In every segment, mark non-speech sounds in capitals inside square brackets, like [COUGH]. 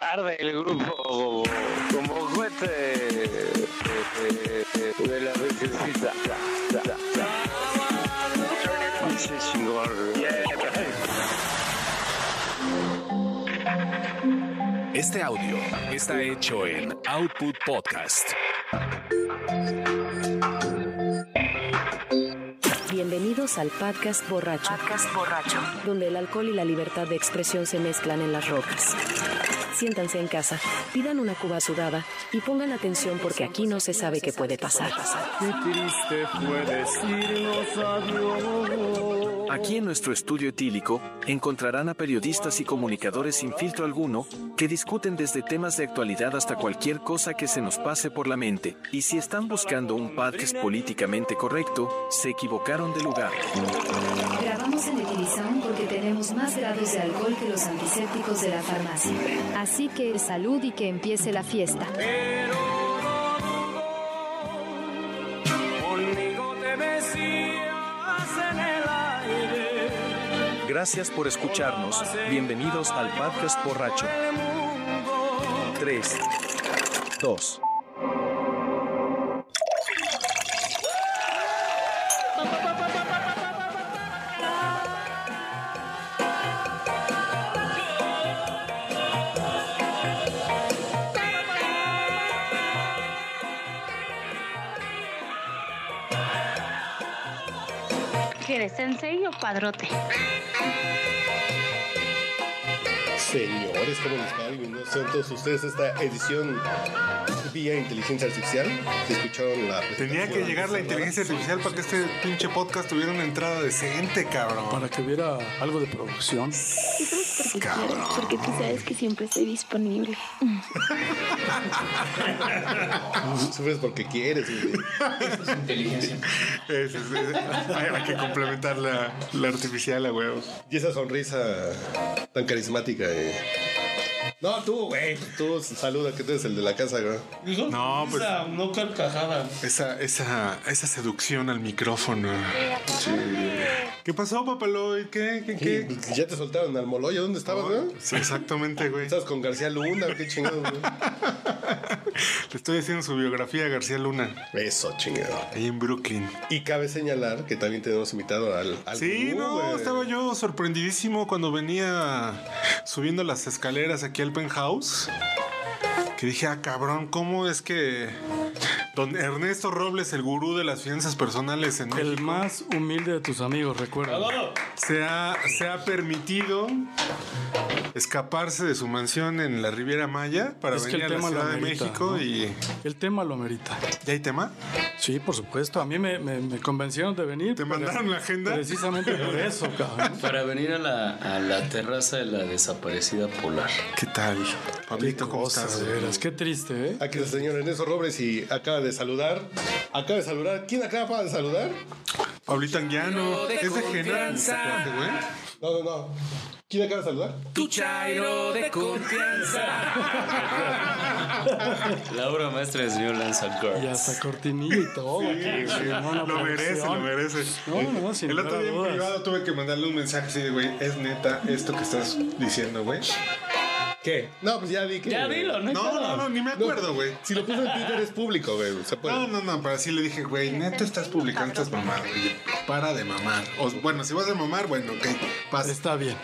Arde el grupo como, como cohete eh, eh, eh, de la virgencita. Da, da, da. Pinche chingón. Este audio está hecho en Output Podcast. Bienvenidos al podcast borracho, Podcast borracho. donde el alcohol y la libertad de expresión se mezclan en las rocas. Siéntanse en casa, pidan una cuba sudada y pongan atención porque aquí no se sabe qué puede pasar. Qué triste fue decirnos adiós. Aquí en nuestro estudio etílico, encontrarán a periodistas y comunicadores sin filtro alguno, que discuten desde temas de actualidad hasta cualquier cosa que se nos pase por la mente, y si están buscando un podcast políticamente correcto, se equivocaron de lugar. Grabamos en Equilisound porque tenemos más grados de alcohol que los antisépticos de la farmacia. Así que salud y que empiece la fiesta. Conmigo te mecías en el aire. Gracias por escucharnos, bienvenidos al podcast borracho. 3, 2, ¿Qué eres, sensei o padrote? Señores, ¿cómo les va? Bienvenidos sean todos ustedes a esta edición vía inteligencia artificial. Se escucharon la. Tenía que presentación llegar la sonora. inteligencia artificial para que este pinche podcast tuviera una entrada decente, cabrón. Para que hubiera algo de producción. Eso es porque quiero, porque tú sabes que siempre estoy disponible. Sufres porque quieres, güey. [LAUGHS] Es- es- es- hay, hay que complementar la, la artificial a huevos. Y esa sonrisa tan carismática, eh. No, tú, güey. Tú saluda que tú eres el de la casa, güey. No, pues No carcajada. esa, esa, esa seducción al micrófono. Sí. ¿Qué pasó, papeloy? ¿Qué? ¿Qué? ¿Qué? qué? Ya te soltaron al moloyo. ¿Dónde estabas, güey? Sí, [LAUGHS] exactamente, güey. Estabas con García Luna, qué chingado, güey. Le estoy haciendo su biografía a García Luna, Eso, chingado. ahí en Brooklyn. Y cabe señalar que también tenemos invitado al. al gurú, Sí, eh, no, güey. estaba yo sorprendidísimo cuando venía subiendo las escaleras aquí al penthouse. Que dije, ah, cabrón, ¿cómo es que don Ernesto Robles, el gurú de las fianzas personales en El México, Ah, más humilde de tus amigos, recuerda. se ha, se ha permitido escaparse de su mansión en la Riviera Maya para Es que venir a el la tema lo Ciudad de amerita, México ¿no? y... El tema lo amerita. ¿Ya hay tema? Sí, por supuesto. A mí me, me- me convencieron de venir. ¿Te pero- mandaron la agenda? Precisamente [LAUGHS] por eso, cabrón. Para venir a la, a la terraza de la desaparecida polar. ¿Qué tal? Pablito, ¿cómo Cosas estás? de veras. Qué triste, ¿eh? Aquí está el señor Ernesto Robles y acaba de saludar. Acaba de saludar. ¿Quién acaba de saludar? Pablito Anguiano. ¿Es de Genaro? Bucatecuate, güey? No, no, no. ¿Quién acaba de saludar? La obra maestra del señor Lance Y Girl. hasta cortinilla y todo. cabrón. Sí, No, no, lo merece, lo producción. merece. No, no, sin el lugar otro a día en dudas. privado tuve que mandarle un mensaje así de, güey, es neta esto que estás diciendo, güey. ¿Qué? No, pues ya vi que. Ya dilo, no, hay No, pedo. no, no, ni me acuerdo, güey. Ah, Si lo puso en Twitter es público, güey. Se puede. No, no, no, pero sí le dije, güey, neta estás publicando estas mamadas, güey. Para de mamar. O, bueno, si vas a mamar, bueno, ok, pasa. Está bien.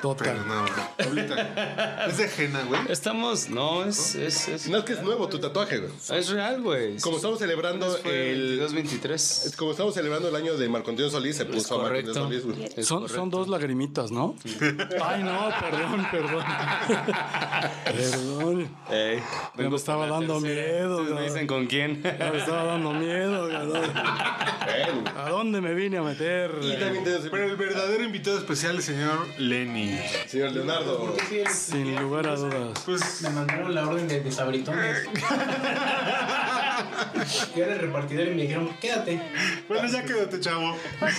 Pero Total. no, güey. Ahorita, Es de Jena, güey. Estamos, no, es, es, es, No es que es nuevo tu tatuaje, güey. es real, güey. Como estamos celebrando el el. 223. Como estamos celebrando el año de Marco Antonio Solís, se puso a Marco Antonio correcto. Solís, güey. Es Son, son dos lagrimitas, ¿no? Ay, no, perdón, [LAUGHS] perdón. perdón. Ey, vengo estaba con la dando tercera. miedo, Ustedes cabrón. Me dicen con quién. [LAUGHS] Ya Me estaba dando miedo, cabrón. ¿A dónde me vine a meter? Y también tenemos Pero el verdadero invitado especial es el señor Lenny. el señor Leonardo. Sin lugar a dudas. Pues, Me mandaron la orden de, de sabritones. Yo era el repartidor y me dijeron, quédate. bueno, ya quédate, chavo.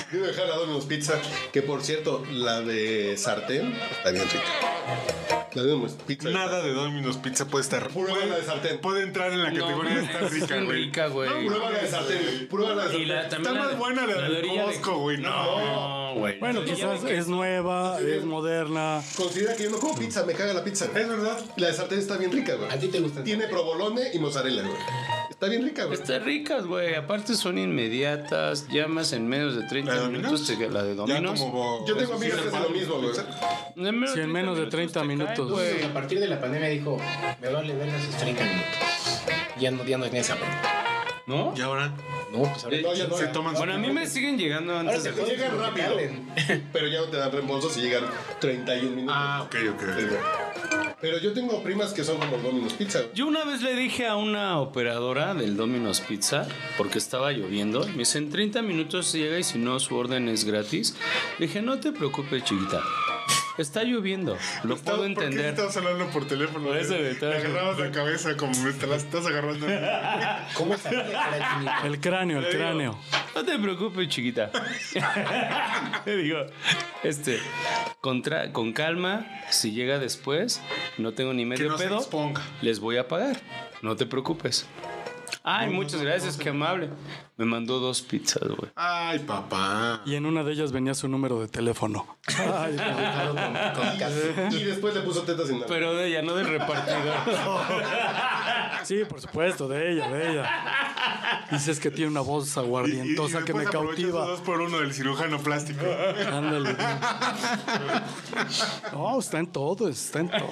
Quiero dejar a Domino's Pizza, que por cierto, la de sartén está bien rica. Nada de Domino's Pizza puede estar. Prueba la de sartén. Puede entrar en la No, categoría de estar es rica, güey. rica, güey. No, prueba la de sartén, güey. Prueba la de sartén. Está más buena la del Costco, güey. No, güey. Bueno, quizás es nueva, es moderna. Considera que yo no como pizza, me caga la pizza. Es verdad. La de sartén está bien rica, güey. A ti te gusta. Tiene provolone y mozzarella, güey. Está bien rica, güey. Están ricas, güey. Aparte son inmediatas. Llamas en menos de 30 minutos. te- La de Dominos. Yo tengo amigos que hacen lo mismo, güey. Si en menos de 30 minutos. Entonces, a partir de la pandemia dijo, me vale ver esos 30 minutos. Ya no, ya no tenía hambre. ¿No? ¿Y ahora? No, pues ahorita No, ya no, se ya. toman. Bueno, a mí me siguen llegando Ahora antes se de. te llegan rápido. Pero ya no te dan reembolso si llegan 31 minutos. Ah, ok, ok. Pero yo tengo primas que son como Domino's Pizza. Yo una vez le dije a una operadora del Domino's Pizza, porque estaba lloviendo, me dice, en 30 minutos llega y si no, su orden es gratis. Le dije, no te preocupes, chiquita. Está lloviendo, lo puedo ¿Por qué entender. estabas hablando por teléfono? güey? eso, güey, Te estaba- agarrabas la cabeza como me te la estás agarrando. ¿Cómo El cráneo, el cráneo. No te preocupes, chiquita. [LAUGHS] Le digo, este, contra- con calma, si llega después, no tengo ni medio no se pedo, les voy a pagar. No te preocupes. Ay, muchas gracias, qué amable. Me mandó dos pizzas, güey. Ay, papá. Y en una de ellas venía su número de teléfono. Ay, Y después le puso tetas sin nada. Pero de ella, no del [LAUGHS] repartidor. Sí, por supuesto, de ella, de ella. Dices que tiene una voz aguardientosa que me cautiva. Dos por uno del cirujano plástico. Ándale. No, está en todo, está en todo.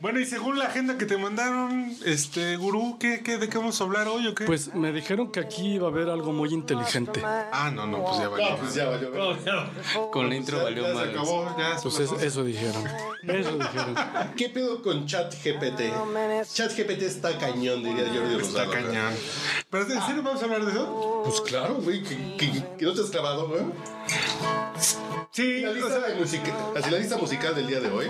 Bueno, y según la agenda que te mandaron, este, gurú, ¿qué, qué, ¿de qué vamos a hablar hoy o qué? Pues me dijeron que aquí iba a haber algo muy inteligente. Ah, no, no, pues ya valió. No, pues ya valió. Con la intro valió ya se madres. acabó, ya se Pues es- pasó. eso dijeron. Eso dijeron. ¿Qué pedo con ChatGPT? ChatGPT está cañón, diría Ah, Jordi Está Rosado. cañón. ¿Pero en serio vamos a hablar de eso? Pues claro, güey, que, que- que no te has clavado, güey. Sí, la lista de música, así la lista musical del día de hoy.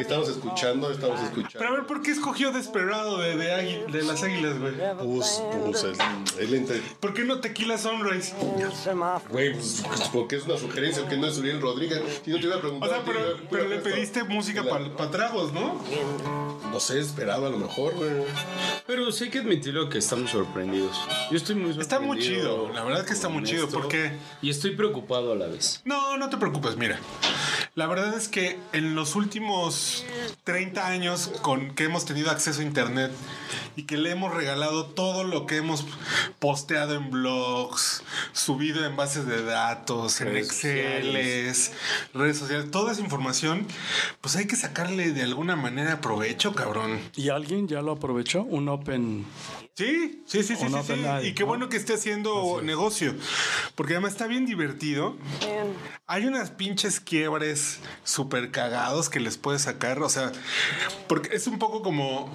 Estamos escuchando, estamos escuchando. Pero a ver, ¿por qué escogió Desperado de, de, águi- de las águilas, güey? Pues, pues, el, el entre- ¿Por qué no Tequila Sunrise? Güey, pues, porque es una sugerencia que no es Uriel Rodríguez. Si no te iba a preguntar. O sea, te pero, iba- pero le hubiera pediste música para tragos, ¿no? puesto- No sé, esperado a lo mejor, güey. Pero sí hay que admitirlo que estamos sorprendidos. Yo estoy muy sorprendido. Está muy chido, la verdad que está con muy chido, esto. porque- Y estoy preocupado a la vez. No, no te preocupes, mira. La verdad es que en los últimos 30 años con que hemos tenido acceso a internet y que le hemos regalado todo lo que hemos posteado en blogs, subido en bases de datos, en Redes Excel, redes sociales, toda esa información, pues hay que sacarle de alguna manera provecho, cabrón. ¿Y alguien ya lo aprovechó? Un open. Sí, sí, sí, sí, O no sí, sí. penal, Y qué ¿no? bueno que esté haciendo negocio. Porque además está bien divertido. Hay unas pinches quiebres súper cagados que les puedes sacar. O sea, porque es un poco como.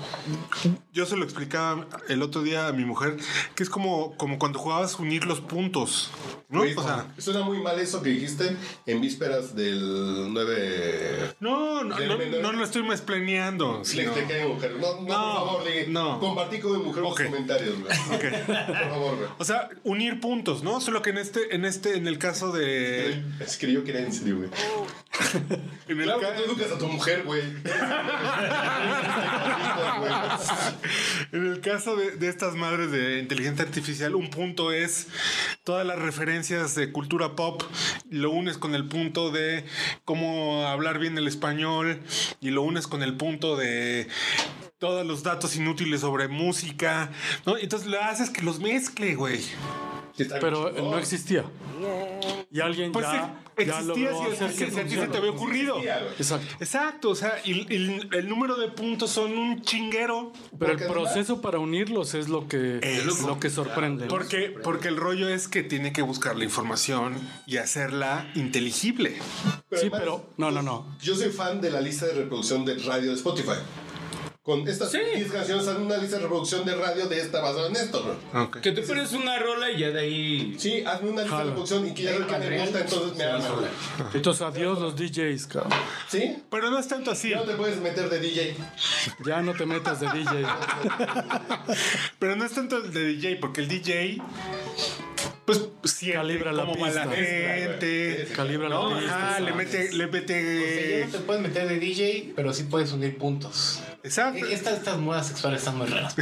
Yo se lo explicaba el otro día a mi mujer, que es como, como cuando jugabas unir los puntos. ¿No? Güey, O sea. suena muy mal eso que dijiste en vísperas del 9. No, no, no, no lo estoy más planeando. Le te cae mujer. No, no, No, por favor, le no. compartí con mi mujer Ok. los comentarios, [LAUGHS] güey. Por favor, güey. O sea, unir puntos, ¿no? Solo que en este, en este, en el caso de. Es que yo quería en serio, güey. En el Claro ca- que tú educas a tu mujer, güey. [LAUGHS] En el caso de, de estas madres de inteligencia artificial, un punto es todas las referencias de cultura pop, lo unes con el punto de cómo hablar bien el español y lo unes con el punto de todos los datos inútiles sobre música, ¿no? Entonces lo haces que los mezcle, güey. Pero eh, no existía. Y alguien Pues ya. sí, ya existía logró si- hacer si- que si a ti se funcione. te había ocurrido. Exacto. Exacto, o sea, y, y el número de puntos son un chinguero. Pero el proceso para unirlos es lo que, Eh, Es lo que sorprende. Porque, porque el rollo es que tiene que buscar la información y hacerla inteligible. Sí, pero. No, no, no. Yo soy fan de la lista de reproducción de radio de Spotify. Con estas 10 canciones hacen una lista de reproducción de radio de esta basada en esto, güey. Que tú pones una rola y ya de ahí. Sí, hazme una lista de reproducción y que ya lo que me gusta, entonces me ama, güey. Entonces, adiós los DJs, cabrón. ¿Sí? Pero no es tanto así. Ya no te puedes meter de DJ. Ya no te metas de DJ. Pero no es tanto el de DJ, porque el DJ pues siente Calibra la cómo va pista. gente. Calibra la ¿no? pista, Ajá, le ¿sabes? mete, le Porque ya mete. no te puedes meter de DJ, pero sí puedes unir puntos. Exacto. Estas, estas modas sexuales están muy raras.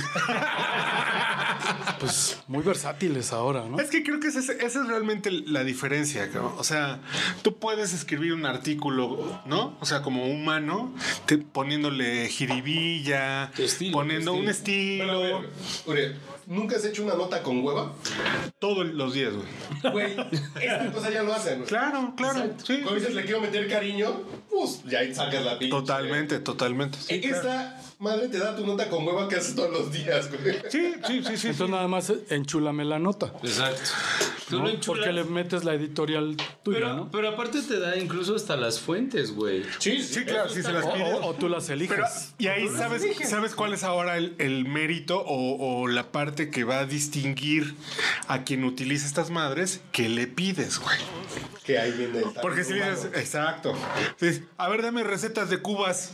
Pues muy versátiles ahora, ¿no? Es que creo que esa es, esa es realmente la diferencia, cabrón. O sea, tú puedes escribir un artículo, ¿no? O sea, como humano, te- poniéndole jiribilla, poniendo un estilo. Pero, a ver, Uriel, ¿nunca has hecho una nota con hueva? Todos los días, güey. Güey, esta cosa ya lo hacen, güey. Claro, claro. Sí. Cuando dices le quiero meter cariño, pues ya ahí sacas la pinche. Totalmente, totalmente. Eh, Esta madre te da tu nota con hueva que haces todos los días, güey. Sí, sí, sí, sí. Entonces nada más enchúlame la nota. Exacto. Tú ¿no? lo enchulas. Porque le metes la editorial tuya, Pero, ¿no? pero aparte te da incluso hasta las fuentes, güey. Sí, sí, claro, sí se las O, pide. o- o tú las Pero, eliges. y ahí sabes, sabes cuál es ahora el, el mérito o, o la parte que va a distinguir a quien utiliza estas madres que le pides, güey. Que ahí viene el Porque si le humano. dices, exacto. Si dices, a ver, dame recetas de cubas.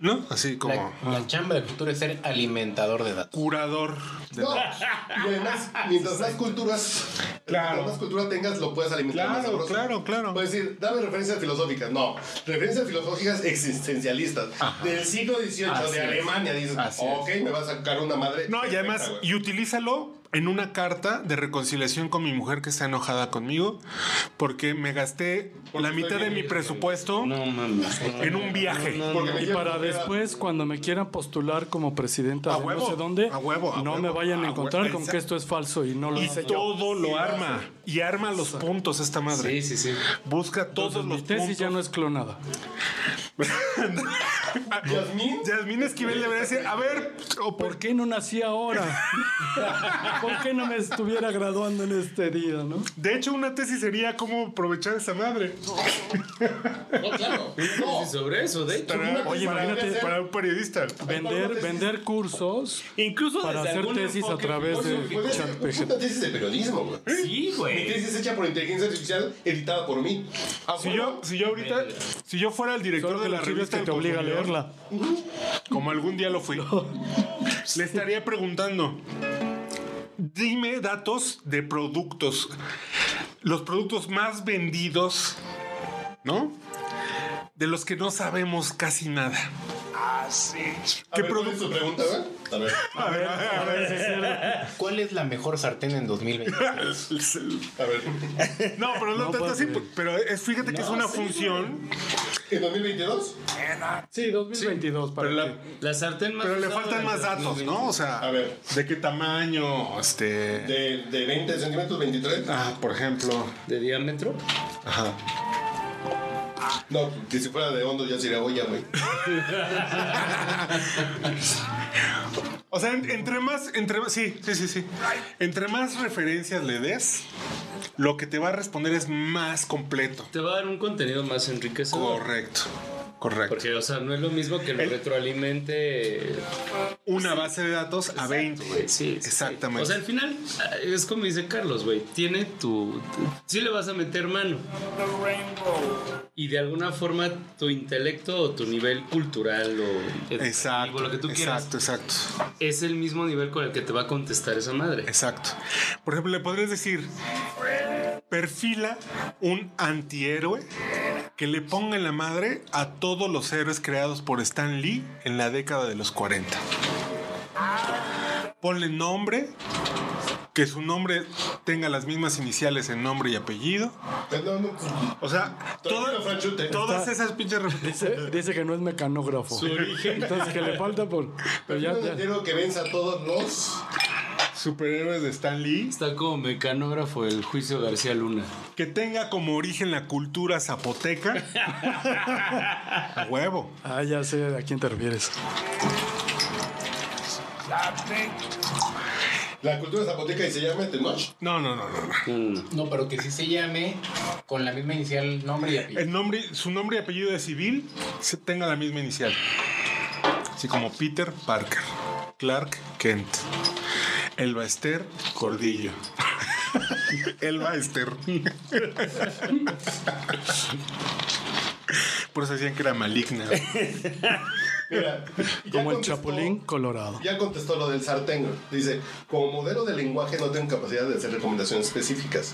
¿No? Así como La, la chamba del futuro es ser alimentador de datos. curador. de- No, y además, mientras más culturas, Claro. mientras más cultura tengas, lo puedes alimentar. más Claro, sabroso. claro, claro. Puedes decir, dame referencias filosóficas. No, referencias filosóficas existencialistas del siglo XVIII Así de es. Alemania. Dices, Así es. ok, me vas a sacar una madre. No, y perfecta, además, güey". y utilízalo en una carta de reconciliación con mi mujer que está enojada conmigo porque me gasté Porque la mitad estoy de bien mi idiota, presupuesto No mames. en un viaje. Porque me Y quiero para coger a- después, cuando me quieran postular como presidenta A de huevo, no sé dónde, a huevo, a no huevo, me vayan a a encontrar huevo, con exacto. que esto es falso y no lo Y hice yo. todo lo arma. Y arma los puntos esta madre. Sí, sí, sí. Busca todos Entonces, los mi tesis puntos. ya no es clonada. Yasmín, Ah, Yasmín Esquivel debería decir, a ver, o por ¿Por qué no nací ahora? [LAUGHS] ¿Por qué no me estuviera graduando en este día, no? De hecho, una tesis sería cómo aprovechar esa madre. no, claro. Y No, sobre eso, de hecho. Para, Oye, para- imagínate. para un periodista. Vender, vender cursos Incluso para desde hacer algún tesis a enfoque través de puede ser chat una puta tesis de periodismo, güey. Sí, Mi güey. tesis hecha por inteligencia artificial, editada por mí. Ah, Si bueno, yo, si yo ahorita, si yo fuera el director Solo de que la lo chido es revista que El te obliga a Consumidor, leerla. como algún día lo fui, le estaría preguntando, dime datos de productos, los productos más vendidos, ¿no? De los que no sabemos casi nada. a ¿Qué ver, ¿cuál es producto? tu pregunta, güey? A ver. A ver, a ver. ¿Cuál es la mejor sartén en [LAUGHS] 2020? A ver. [LAUGHS] No, pero no, No tanto puede así, ser. pero es, fíjate que es una función, ¿En 2022? Sí, 2022 para pero la- que- La sartén más. Pero le usada faltan más de- datos, ¿no? O sea, A ver. ¿de qué tamaño? Este. De, de 20 centímetros, 23. Ah, por ejemplo. De diámetro. Ajá. No, que si fuera de hondo ya sería olla, güey. O sea, en- entre más, entre más, sí, sí, sí, sí. Entre más referencias le des, lo que te va a responder es más completo. Te va a dar un contenido más enriquecedor. Correcto. Correcto. Porque, o sea, no es lo mismo que lo retroalimente. Una base de datos a 20. güey, sí, sí, sí. Exactamente. O sea, al final ah, es como dice Carlos, güey. Tiene tu, tu- Sí le vas a meter mano. Y de alguna forma tu intelecto o tu nivel cultural o educativo, Exacto, lo que tú quieras, exacto, exacto, es el mismo nivel con el que te va a contestar esa madre. exacto. Por ejemplo, le podrías decir, perfila un antihéroe que le ponga en la madre a todos los héroes creados por Stan Lee en la década de los 40. Ponle nombre, que su nombre tenga las mismas iniciales en nombre y apellido. No, no. pues, O sea, todas- Tranquilo, Franchute. todas esas pinches referencias. Dice, dice que no es mecanógrafo. Entonces que le falta por. Pero ya, Yo ya. quiero que venza a todos los. [LAUGHS] Superhéroes de Stan Lee, Está como mecanógrafo el juicio García Luna. que tenga como origen la cultura zapoteca. [LAUGHS] a huevo. Ah, ya sé a quién te refieres. La cultura zapoteca y se llama Tenoch. No, no, no, no. no. No, pero que sí se llame con la misma inicial nombre y apellido. El nombre, su nombre y apellido de civil se tenga la misma inicial. Así como Peter Parker, Clark Kent, Elba Esther Cordillo. [LAUGHS] Elba Esther. Por eso decían que era maligna. Mira, ya Como el contestó- Chapulín Colorado. Ya contestó lo del sartén. güey. Dice, como modelo de lenguaje no tengo capacidad de hacer recomendaciones específicas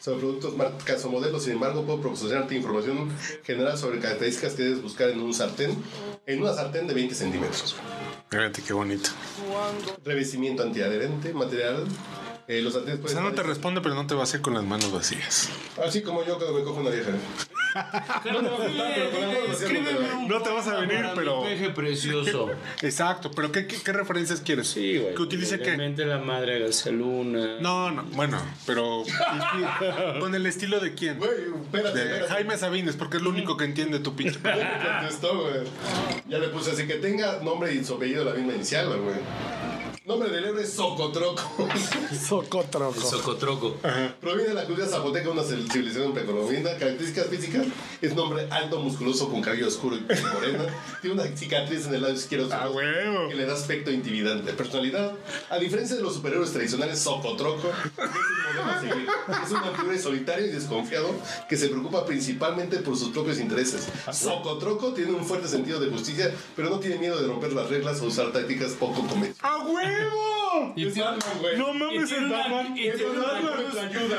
sobre productos, marcas o modelos. Sin embargo, puedo proporcionarte información general sobre características que debes buscar en un sartén, en una sartén de 20 centímetros. Fíjate qué bonito. Revestimiento antiadherente, material. eh, los sartenes O sea, pueden... no te responde, pero no te va a hacer con las manos vacías. Así como yo cuando me cojo una vieja. No te vas a estar, pero con las manos vacías no te va. No te vas a venir, pero. peje [LAUGHS] precioso. Exacto, pero ¿qué, qué, qué referencias quieres? Sí, güey. Que utilice qué. Obviamente la madre García Luna. No, no, bueno, [LAUGHS] pero. ¿Con el estilo de quién? espérate, de espérate. Jaime Sabines, porque es lo único que entiende tu pinche. Ya me contestó, güey. Ya le puse así que tenga nombre y su apellido la misma inicial, güey. Nombre del héroe es Socotroco. [LAUGHS] Socotroco. Socotroco. Proviene de la cultura zapoteca, una civilización precolombina. Características físicas: es nombre alto, musculoso, con cabello oscuro y piel morena. [LAUGHS] Tiene una cicatriz en el lado izquierdo de Ah, su rostro que le da aspecto intimidante. Personalidad: a diferencia de los superhéroes tradicionales, Socotroco es un modelo a seguir. Es un hombre solitario y desconfiado que se preocupa principalmente por sus propios intereses. Ah, Socotroco tiene un fuerte sentido de justicia, pero no tiene miedo de romper las reglas o usar tácticas poco convencionales. ¡A huevo! Y Batman, güey. No mames, Y tiene el una- Batman. y tiene El una Batman. cruz de ayuda,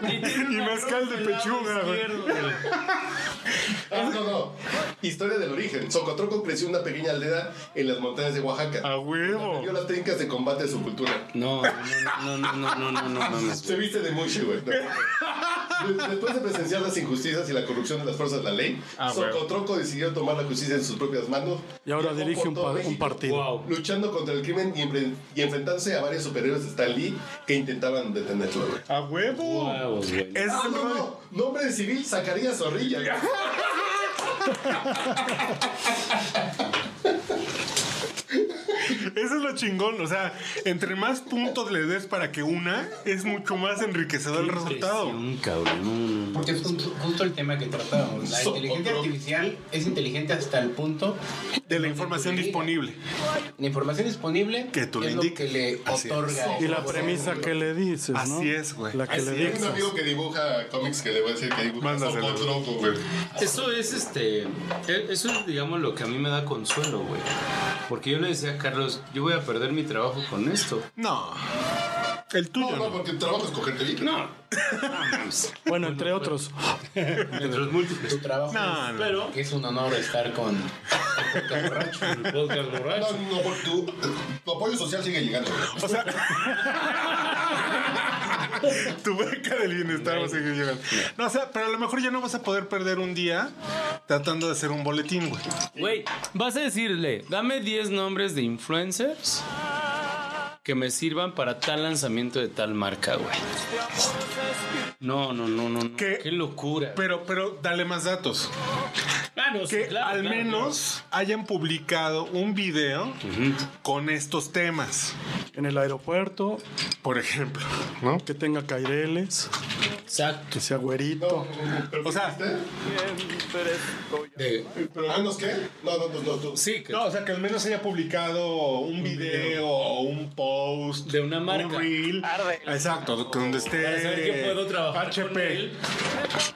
güey. Y mezcal de pechuga, güey. Ah, no, no. Historia del origen. Socotroco creció en una pequeña aldea en las montañas de Oaxaca. A huevo. Vio las técnicas de combate de su cultura. No, no, no, no, no, no, no, no. Se viste de mushi, [LAUGHS] güey. De- Después de presenciar las injusticias y la corrupción de las fuerzas de la ley, Ah, güey. Socotroco decidió tomar la justicia en sus propias manos. Y ahora Viajó dirige por un, todo pa- un México. partido. Luchando contra el crimen y, enfren- y enfrentándose a varios superhéroes de Stan Lee que intentaban detenerlo, güey. ¡A huevo! Es no, Ah, no, no. Nombre de civil, Zacarías Zorrilla. [LAUGHS] Eso es lo chingón, o sea, entre más puntos le des para que una, es mucho más enriquecedor el resultado. Porque es justo, justo el tema [LAUGHS] que tratábamos. La So- inteligencia artificial es inteligente hasta el punto de la información disponible. La información disponible Que tú le es lo indiques. que le Así otorga. Y la premisa que le dices, ¿no? Así es, güey. La que le Tengo un dices. amigo que dibuja cómics que le voy a decir que dibuja Mándaselo. Socotroco, güey. Eso es este. e- Eso es, digamos, lo que a mí me da consuelo, güey. Porque yo le decía a Carlos, yo voy a perder mi trabajo con esto. No. El tuyo. No, no, porque el trabajo es cogerte bien. No. Bueno, entre otros. Entre los múltiples. Tu trabajo No, es, no. pero que es un honor estar con. No, no, porque tu, tu apoyo social sigue llegando. güey. O sea, tu beca del bienestar va a seguir llegando. No, o sea, pero a lo mejor ya no vas a poder perder un día tratando de hacer un boletín, güey. Güey, vas a decirle, dame 10 nombres de influencers que me sirvan para tal lanzamiento de tal marca, güey. No, no, no, no. no. ¿Qué? locura. Pero, pero dale más datos. Ah, Pues Claro, que al menos hayan publicado un video con estos temas. En el aeropuerto, Por ejemplo. que tenga caireles, Exacto. que sea güerito. Pero, O sea, De- pero al menos que. No, no, no, no. tú. sí, que- No, o sea, que al menos haya publicado un video o un post. De una marca. Un reel. Exacto, que donde esté. Para saber que puedo trabajar HP. con él.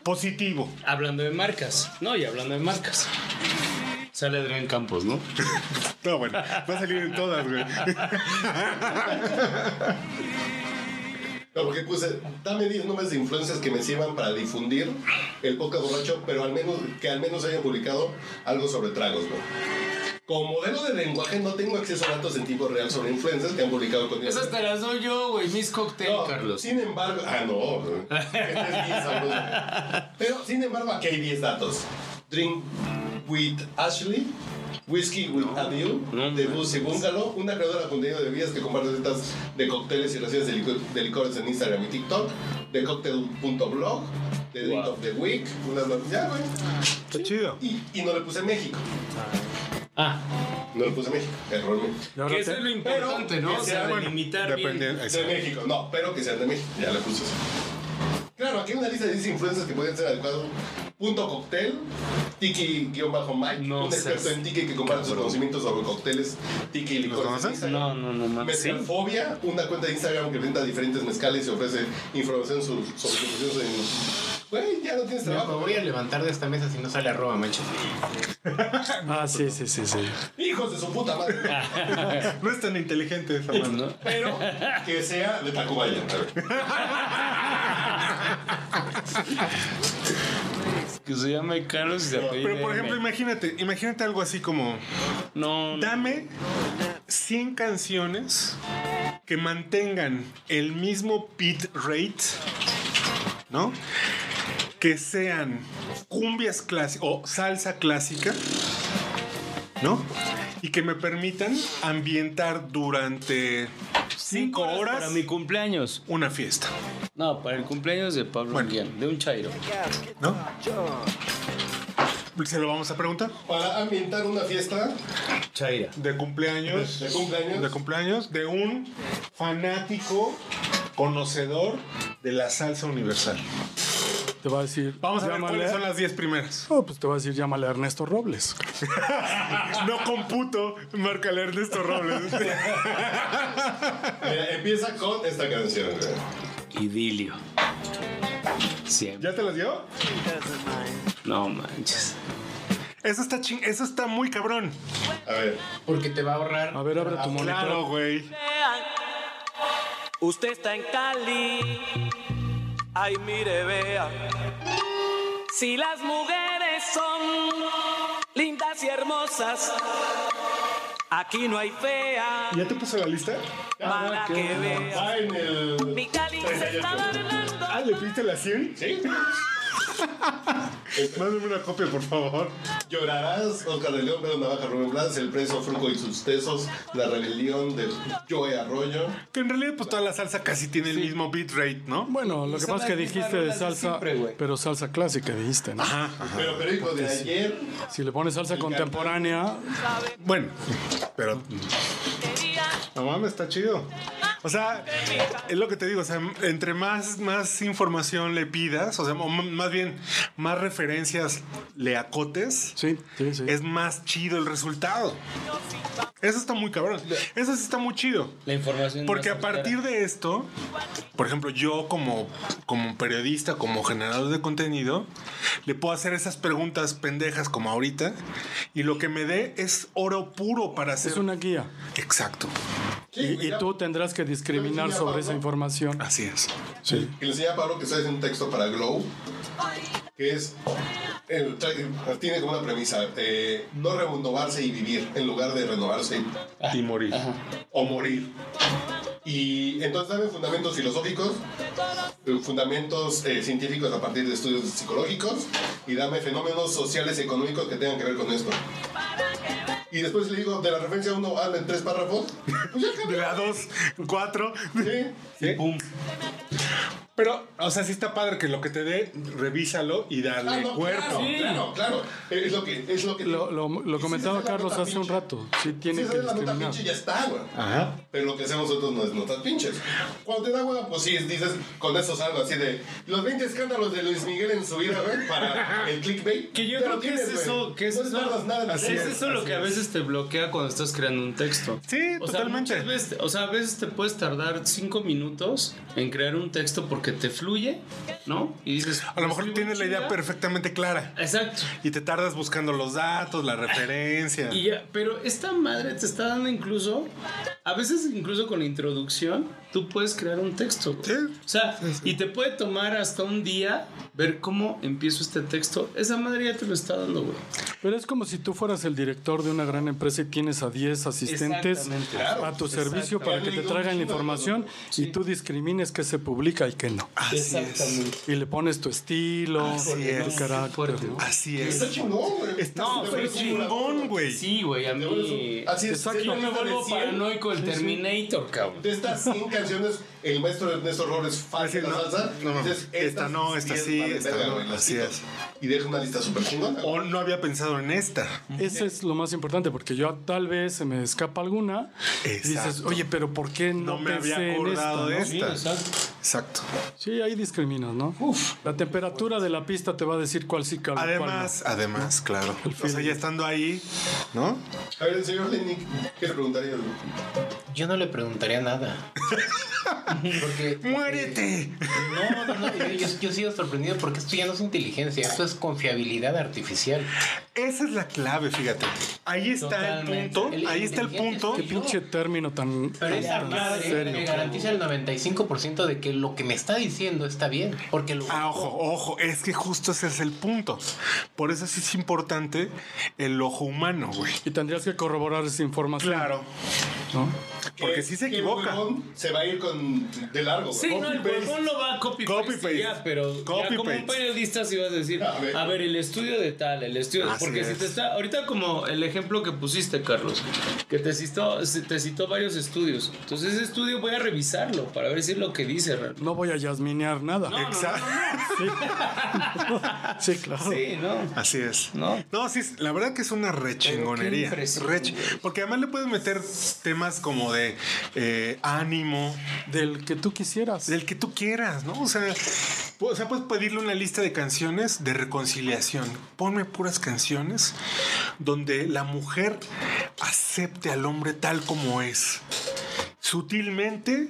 Positivo. hablando de marcas. No, y hablando de marcas. Sale Adrián Campos, ¿no? No, bueno, va a salir en todas, güey. No, porque puse, dame 10 nombres de influencias que me sirvan para difundir el podcast borracho, pero al menos, que al menos hayan publicado algo sobre tragos, güey. Como modelo de lenguaje no tengo acceso a datos en tiempo real sobre influencias que han publicado con Esas te las doy yo, güey. Mis cócteles, No, Carlos. Sin embargo, ah, no. güey. Este es bien [LAUGHS] sabroso. Pero, sin embargo, aquí hay 10 datos. Drink with Ashley. Whiskey with Adil, de Boozy Bungalow, una creadora de contenido de bebidas que comparte recetas de cócteles y recetas de, licu- de licores en Instagram y TikTok, de cocktail.blog, de Drink of the Week, unas no- ya, güey. Está chido. Y, y no le puse México. Ah, No le puse México, error mío. Y ahora que eso te- es lo importante, ¿no? que O sea, sea, bueno, delimitar bien. Dependiendo. De exacto. México, no, pero que sean de México. Ya le puse eso. Claro, aquí hay una lista de 10 influencias que podrían ser adecuadas. Punto cóctel, Tiki-Mike, No un seas experto en Tiki que comparte sus conocimientos sobre cócteles, Tiki y licores. en conoces? Instagram. No, no, no, mames. Sí. Mezcalfobia, una cuenta de Instagram que vende diferentes mezcales y ofrece información sobre sobre su proceso en- Güey, ya no tienes Me trabajo. voy a levantar de esta mesa si no sale arroba manches. Ah, sí, sí, sí, sí. Hijos de su puta madre. Ah. No es tan inteligente esa mano. Pero que sea de Tacubaya. Que se llame Carlos y se apellide Pero por ejemplo, M. imagínate, imagínate algo así como no, dame 100 canciones que mantengan el mismo beat rate, ¿no? Que sean cumbias clásicas o salsa clásica, ¿no? Y que me permitan ambientar durante 5 horas Para mi cumpleaños. una fiesta, No, para el cumpleaños de Pablo Guillén, de un chairo. ¿no? Se lo vamos a preguntar. Para ambientar una fiesta Chaira. De cumpleaños. de cumpleaños. de cumpleaños de un fanático conocedor de la salsa universal. Te va a decir. Vamos a ver llámale- cuáles son las 10 primeras. Oh, pues te va a decir, llámale a Ernesto Robles. No computo, marca Ernesto Robles. [LAUGHS] Mira, eh, empieza con esta canción. güey. Idilio. Siempre. ¿Ya te las dio? No manches. Eso está ching, eso está muy cabrón. A ver. Porque te va a ahorrar. A ver, abre tu monitor. Ah, Claro, güey. Usted está en Cali. Ay, mire, vea. Si las mujeres son lindas y hermosas, aquí no hay fea ¿Ya te puse la lista? Ah, para que vea. Va en el. Mi Cali se está bailando. Ah, ¿le pediste la 100? ¿Sí? [LAUGHS] Mándame una copia, por favor. Llorarás, Oscar de León, Pedro Navaja, Rubén Blas, El Preso, Fruco y sus Tesos, La Rebelión de Joey Arroyo. Que en realidad, pues toda la salsa casi tiene el mismo beat rate, ¿no? Bueno, lo que pasa es que dijiste de salsa, pero salsa clásica dijiste, ¿no? Pero Perico de ayer. Si le pones salsa contemporánea, Bueno, pero. No mames, está chido. O sea, es lo que te digo, o sea, entre más, más información le pidas, o sea, o m- más bien, más referencias le acotes, sí, sí, sí. es más chido el resultado. Eso está muy cabrón. Eso sí está muy chido. La información. Porque a partir de esto, por ejemplo, yo como, como periodista, como generador de contenido, le puedo hacer esas preguntas pendejas como ahorita y lo que me dé es oro puro para hacer... Es una guía. Exacto, Sí, Y, y ya- tú tendrás que discriminar sobre esa información. así es. Sí. Y le enseñé a Pablo que está haciendo un texto para Glow, que es. eh, trae- tiene como una premisa: eh, no renovarse y vivir en lugar de renovarse Y morir. o morir. Y entonces dame fundamentos filosóficos, eh, fundamentos eh, científicos a partir de estudios psicológicos y dame fenómenos sociales y económicos que tengan que ver con esto. Y después le digo, de la referencia 1 habla en tres [LAUGHS] párrafos. Pues ya De cambió. la dos, cuatro. Sí. Y pum. Pero, o sea, sí está padre que lo que te dé, revísalo y dale Ah, no, cuerpo. Claro, claro, claro. Es lo que. Es lo que Lo, lo- lo Y si esa comentaba es la Carlos nota hace un pinche. rato. Sí, tiene si esa que es la nota discriminar. pinche ya está, güey. Ajá. Pero lo que hacemos nosotros no es notas pinches. Cuando te da hueva, pues sí, dices, con eso salgo así de los 20 escándalos de Luis Miguel en su vida, güey, para el clickbait. Que yo Ya creo lo que es tienes, eso, güey. que es no eso. tardas nada en es, hacerlo. eso lo que a veces te bloquea cuando estás creando un texto. Sí, O sea, totalmente. muchas veces- o sea, a veces te puedes tardar cinco minutos en crear un texto porque te fluye, ¿no? Y dices. A lo mejor "Escribo tienes la idea chinga". perfectamente clara. Pues Exacto. Y te tardas buscando los datos, la referencia. Y ya, pero esta madre te está dando incluso, a veces incluso con la introducción, tú puedes crear un texto. güey. Sí. O sea, y te puede tomar hasta un día ver cómo empiezo este texto. Esa madre ya te lo está dando, güey. Pero es como si tú fueras el director de una gran empresa y tienes a 10 asistentes Exactamente. a tu servicio para que te Exactamente. traigan la información y tú discrimines qué se publica y qué no. Ah, Exactamente. Y le pones tu estilo, tu es. carácter. Fuerte, ¿no? ¿no? Así Está es. chingón, güey. Está No, súper pero- chingón, güey. Sí, güey, a mí. Así es. Exacto. sí, Yo me lista de vuelvo 100. paranoico el Terminator, cabrón. De estas 100 canciones, el maestro Ernesto Robles Así falta la no, salsa. no, no. dices, Esta no, esta 10 sí, valen esta verga, no, güey, las así quitas. es. Y deja una lista súper chingona. Oh. O no había pensado en esta. Eso es lo más importante, porque yo tal vez se me escapa alguna. y Exacto. dices, oye, pero ¿por qué no, No me había pensé en acordado esta, de no?" esta. exacto. Exacto. Sí, ahí discriminas, ¿no? Uf. La temperatura de la pista te va a decir cuál sí cabe. cuál no. Además, además, claro. O sea, ya estando ahí, ¿no? A ver, señor Lenny, ¿qué le preguntaría? Yo no le preguntaría nada. Porque. ¡Muérete! No, no, no. Yo, yo, yo he sido sorprendido porque esto ya no es inteligencia, esto es confiabilidad artificial. Esa es la clave, fíjate. Ahí está el Totalmente. punto. El ahí está el inteligente punto. Qué pinche término tan. Pero tan- esa tan madre serio. me garantiza el 95% de que lo que me está diciendo está bien. Porque lo. Ah, ojo, ojo, es que justo ese es el punto. Por eso sí es importante el ojo humano, güey. Y tendrías que corroborar esa información. Claro. ¿No? Porque sí se Que equivoca. huevón Se va a ir con de largo. Sí, no, el huevón lo va a copy, Copy paste. Ya, paste. pero ya Copy como un paste. periodista sí vas a decir, a ver, ver. el estudio de tal, el estudio, Así porque si es. te está ahorita como el ejemplo que pusiste, Carlos, que te citó te citó varios estudios. Entonces ese estudio voy a revisarlo para ver si es lo que dice realmente. No voy a yasminear nada. Exacto. [LAUGHS] Sí, claro. Sí, no. Así es. No, sí, es- la verdad que es una rechingonería. Pero qué impresión, Rech- porque además le puedes meter temas como de eh, ánimo. Del que tú quisieras. Del Pues, que tú quieras, ¿no? O sea, pu- o sea, puedes pedirle una lista de canciones de reconciliación. Ponme puras canciones donde la mujer acepte al hombre tal como es. Sutilmente.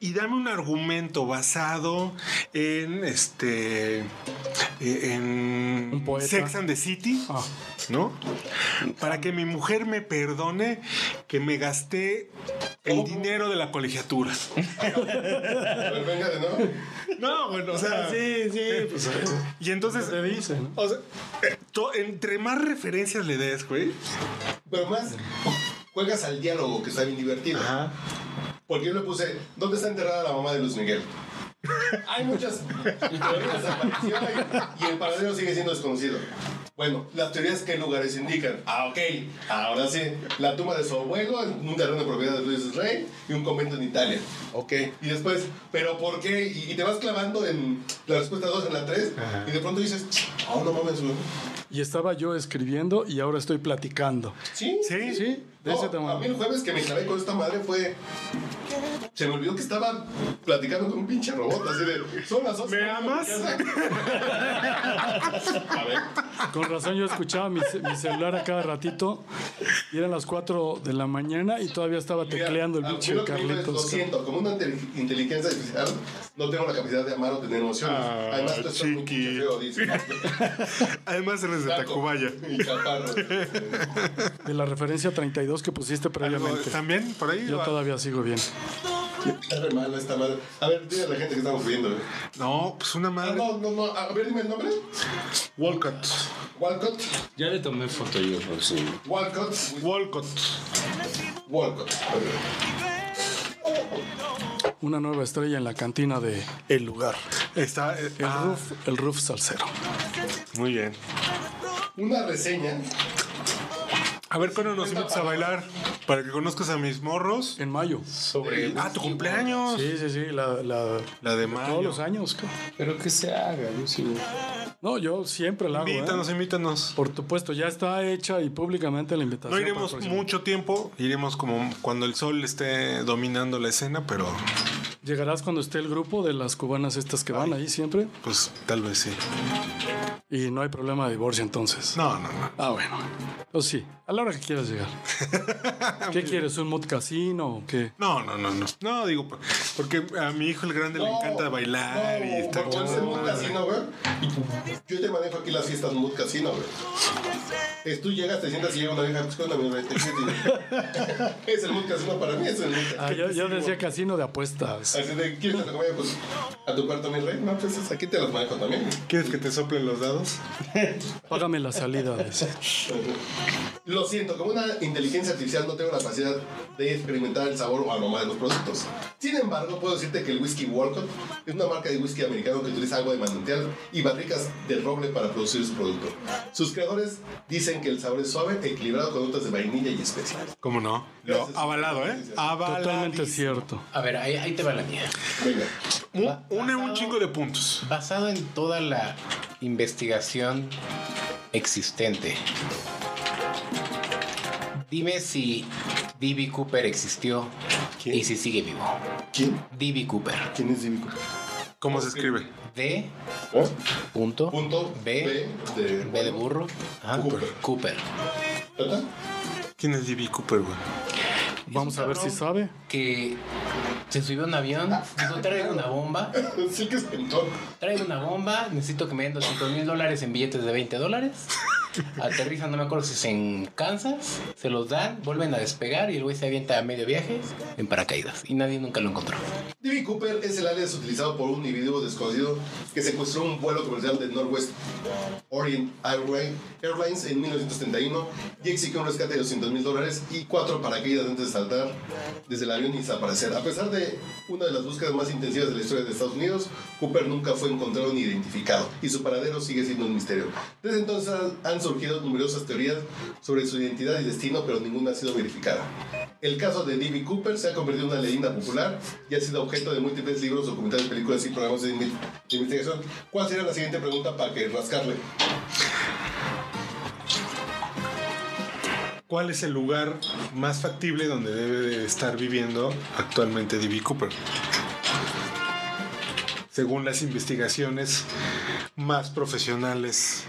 Y dame un argumento basado en este. eh, En. Un poeta. Sex and the City. Ah. ¿no? Para que mi mujer me perdone que me gasté el dinero de la colegiatura. A ver, venga de nuevo. [LAUGHS] No, bueno, o sea, sí, sí. Pues, y entonces, te dicen. o sea, eh, to- entre más referencias le des, güey. Pero más, juegas al diálogo que está bien divertido. Ajá. Porque yo le puse, ¿dónde está enterrada la mamá de Luis Miguel? [LAUGHS] Hay muchas teorías de aparición y el paradero sigue siendo desconocido. Bueno, las teorías qué lugares indican. Ah, ok. Ahora sí, la tumba de su abuelo en un terreno de propiedad de Luis Rey y un convento en Italia. Ok. Y después, ¿pero por qué? Y, y te vas clavando en la respuesta 2, en la 3, y de pronto dices, oh, no mames, güey. Y estaba yo escribiendo y ahora estoy platicando. Sí, Sí, Sí, de No, a ese mí el tamaño. jueves que me clavé con esta madre fue. Se me olvidó que estaba platicando con un pinche robot, así de. Son las 11. ¿Me amas? A ver. Con razón yo escuchaba mi, ce- mi celular a cada ratito y eran las 4 de la mañana y todavía estaba tecleando el mira, pinche yo Ah, lo que digo es, Lo Carlitos. siento, como una inte- inteligencia artificial, no tengo la capacidad de amar o tener emociones. Ah, Además, tú estás muy chiqui. pinche feo, dice. [LAUGHS] Además eres de Taco Tacubaya. Y chaparro. De la referencia 32 que pusiste previamente. También por ahí. Yo va? todavía sigo bien. Está re mala esta madre. A ver, dile a la gente que estamos viendo. güey. No, pues una Ah, madre. no, no, no. A ver, dime el nombre. Walcott. Walcott. Ya le tomé foto yo, por si. Walcott. Walcott. Walcott. Una nueva estrella en la cantina de El Lugar. Está. eh, El ah, Roof, el Roof Salcero. Muy bien. Una reseña. A ver cuándo nos invitas a bailar. Para que conozcas a mis morros. En mayo. Sobre. Ah, tu cumpleaños. Sí, sí, sí. La, la- La de mayo. todos los años. cabrón. Pero que se haga, yo sí. No, yo siempre la hago. ¿eh? Invítanos, invítanos. Por supuesto, ya está hecha y públicamente la invitación. No para el iremos próximo. mucho tiempo, iremos como cuando el sol esté dominando la escena, pero Llegarás cuando esté el grupo de las cubanas estas que van ahí siempre pues tal vez sí. y no hay problema de divorcio entonces. No, no, no. Ah, bueno. Pues sí, a la hora que quieras llegar. ¿Qué quieres? ¿Un mod casino o qué? No, no, no, no. No, digo, por- porque a mi hijo el grande le encanta bailar y No, estar porque con es esa el Mood madre. Casino, güey. Yo te manejo aquí las fiestas Mood Casino, güey. Es tú llegas, te sientas y llega una vieja, pues con la misma [LAUGHS] Es el Mood Casino para mí, es el Mood Casino. Ah, yo, yo decía casino de apuestas. Así de, ¿quieres que te acompañe? Pues, a tu cuarto, mi rey. No, pues es aquí te las manejo también. ¿Quieres que te soplen los dados? Págame la salida. decía. Lo siento, como una inteligencia artificial no tengo la capacidad de experimentar el sabor o aroma de los productos. Sin embargo, puedo decirte que el whisky Walcott es una marca de whisky americano que utiliza agua de manantial y barricas de roble para producir su producto. Sus creadores dicen que el sabor es suave, equilibrado con notas de vainilla y especias. ¿Cómo no? Lo Gracias. avalado, ¿eh? Avalado. Totalmente cierto. Ah, A ver, ahí, ahí te va la mía. Venga, Un, une un chingo de puntos. Basado en toda la investigación existente, dime si D.B. Cooper existió y si sigue vivo. ¿Quién? D.B. Cooper. ¿Quién es D.B. Cooper? ¿Cómo se escribe? D. ¿O? Punto. Punto. B. B de, B de burro. Ah, Ajá. Cooper. Cooper. ¿Verdad? ¿Quién es D.B. Cooper, güey? Vamos a ver si sabe. Que se subió a un avión, dijo, traigo una bomba. [LAUGHS] Sí que se inventó. Traigo una bomba, necesito que me den 200 mil dólares en billetes de 20 [LAUGHS] dólares. Aterrizan, no me acuerdo si es en Kansas, se los dan, vuelven a despegar y el güey se avienta a medio viaje en paracaídas. Y nadie nunca lo encontró. D.B. Cooper es el alias utilizado por un individuo desconocido que secuestró un vuelo comercial de Northwest Orient Airway- Airlines en 1971 y exigió un rescate de 200 mil dólares y cuatro paracaídas antes de saltar desde el avión y desaparecer. A pesar de una de las búsquedas más intensivas de la historia de Estados Unidos, Cooper nunca fue encontrado ni identificado y su paradero sigue siendo un misterio. Desde entonces han- han surgido numerosas teorías sobre su identidad y destino, pero ninguna ha sido verificada. El caso de D.B. Cooper se ha convertido en una leyenda popular y ha sido objeto de múltiples libros, documentales, películas y programas de, inve- de investigación. ¿Cuál sería la siguiente pregunta para que rascarle? ¿Cuál es el lugar más factible donde debe de estar viviendo actualmente D.B. Cooper? Según las investigaciones más profesionales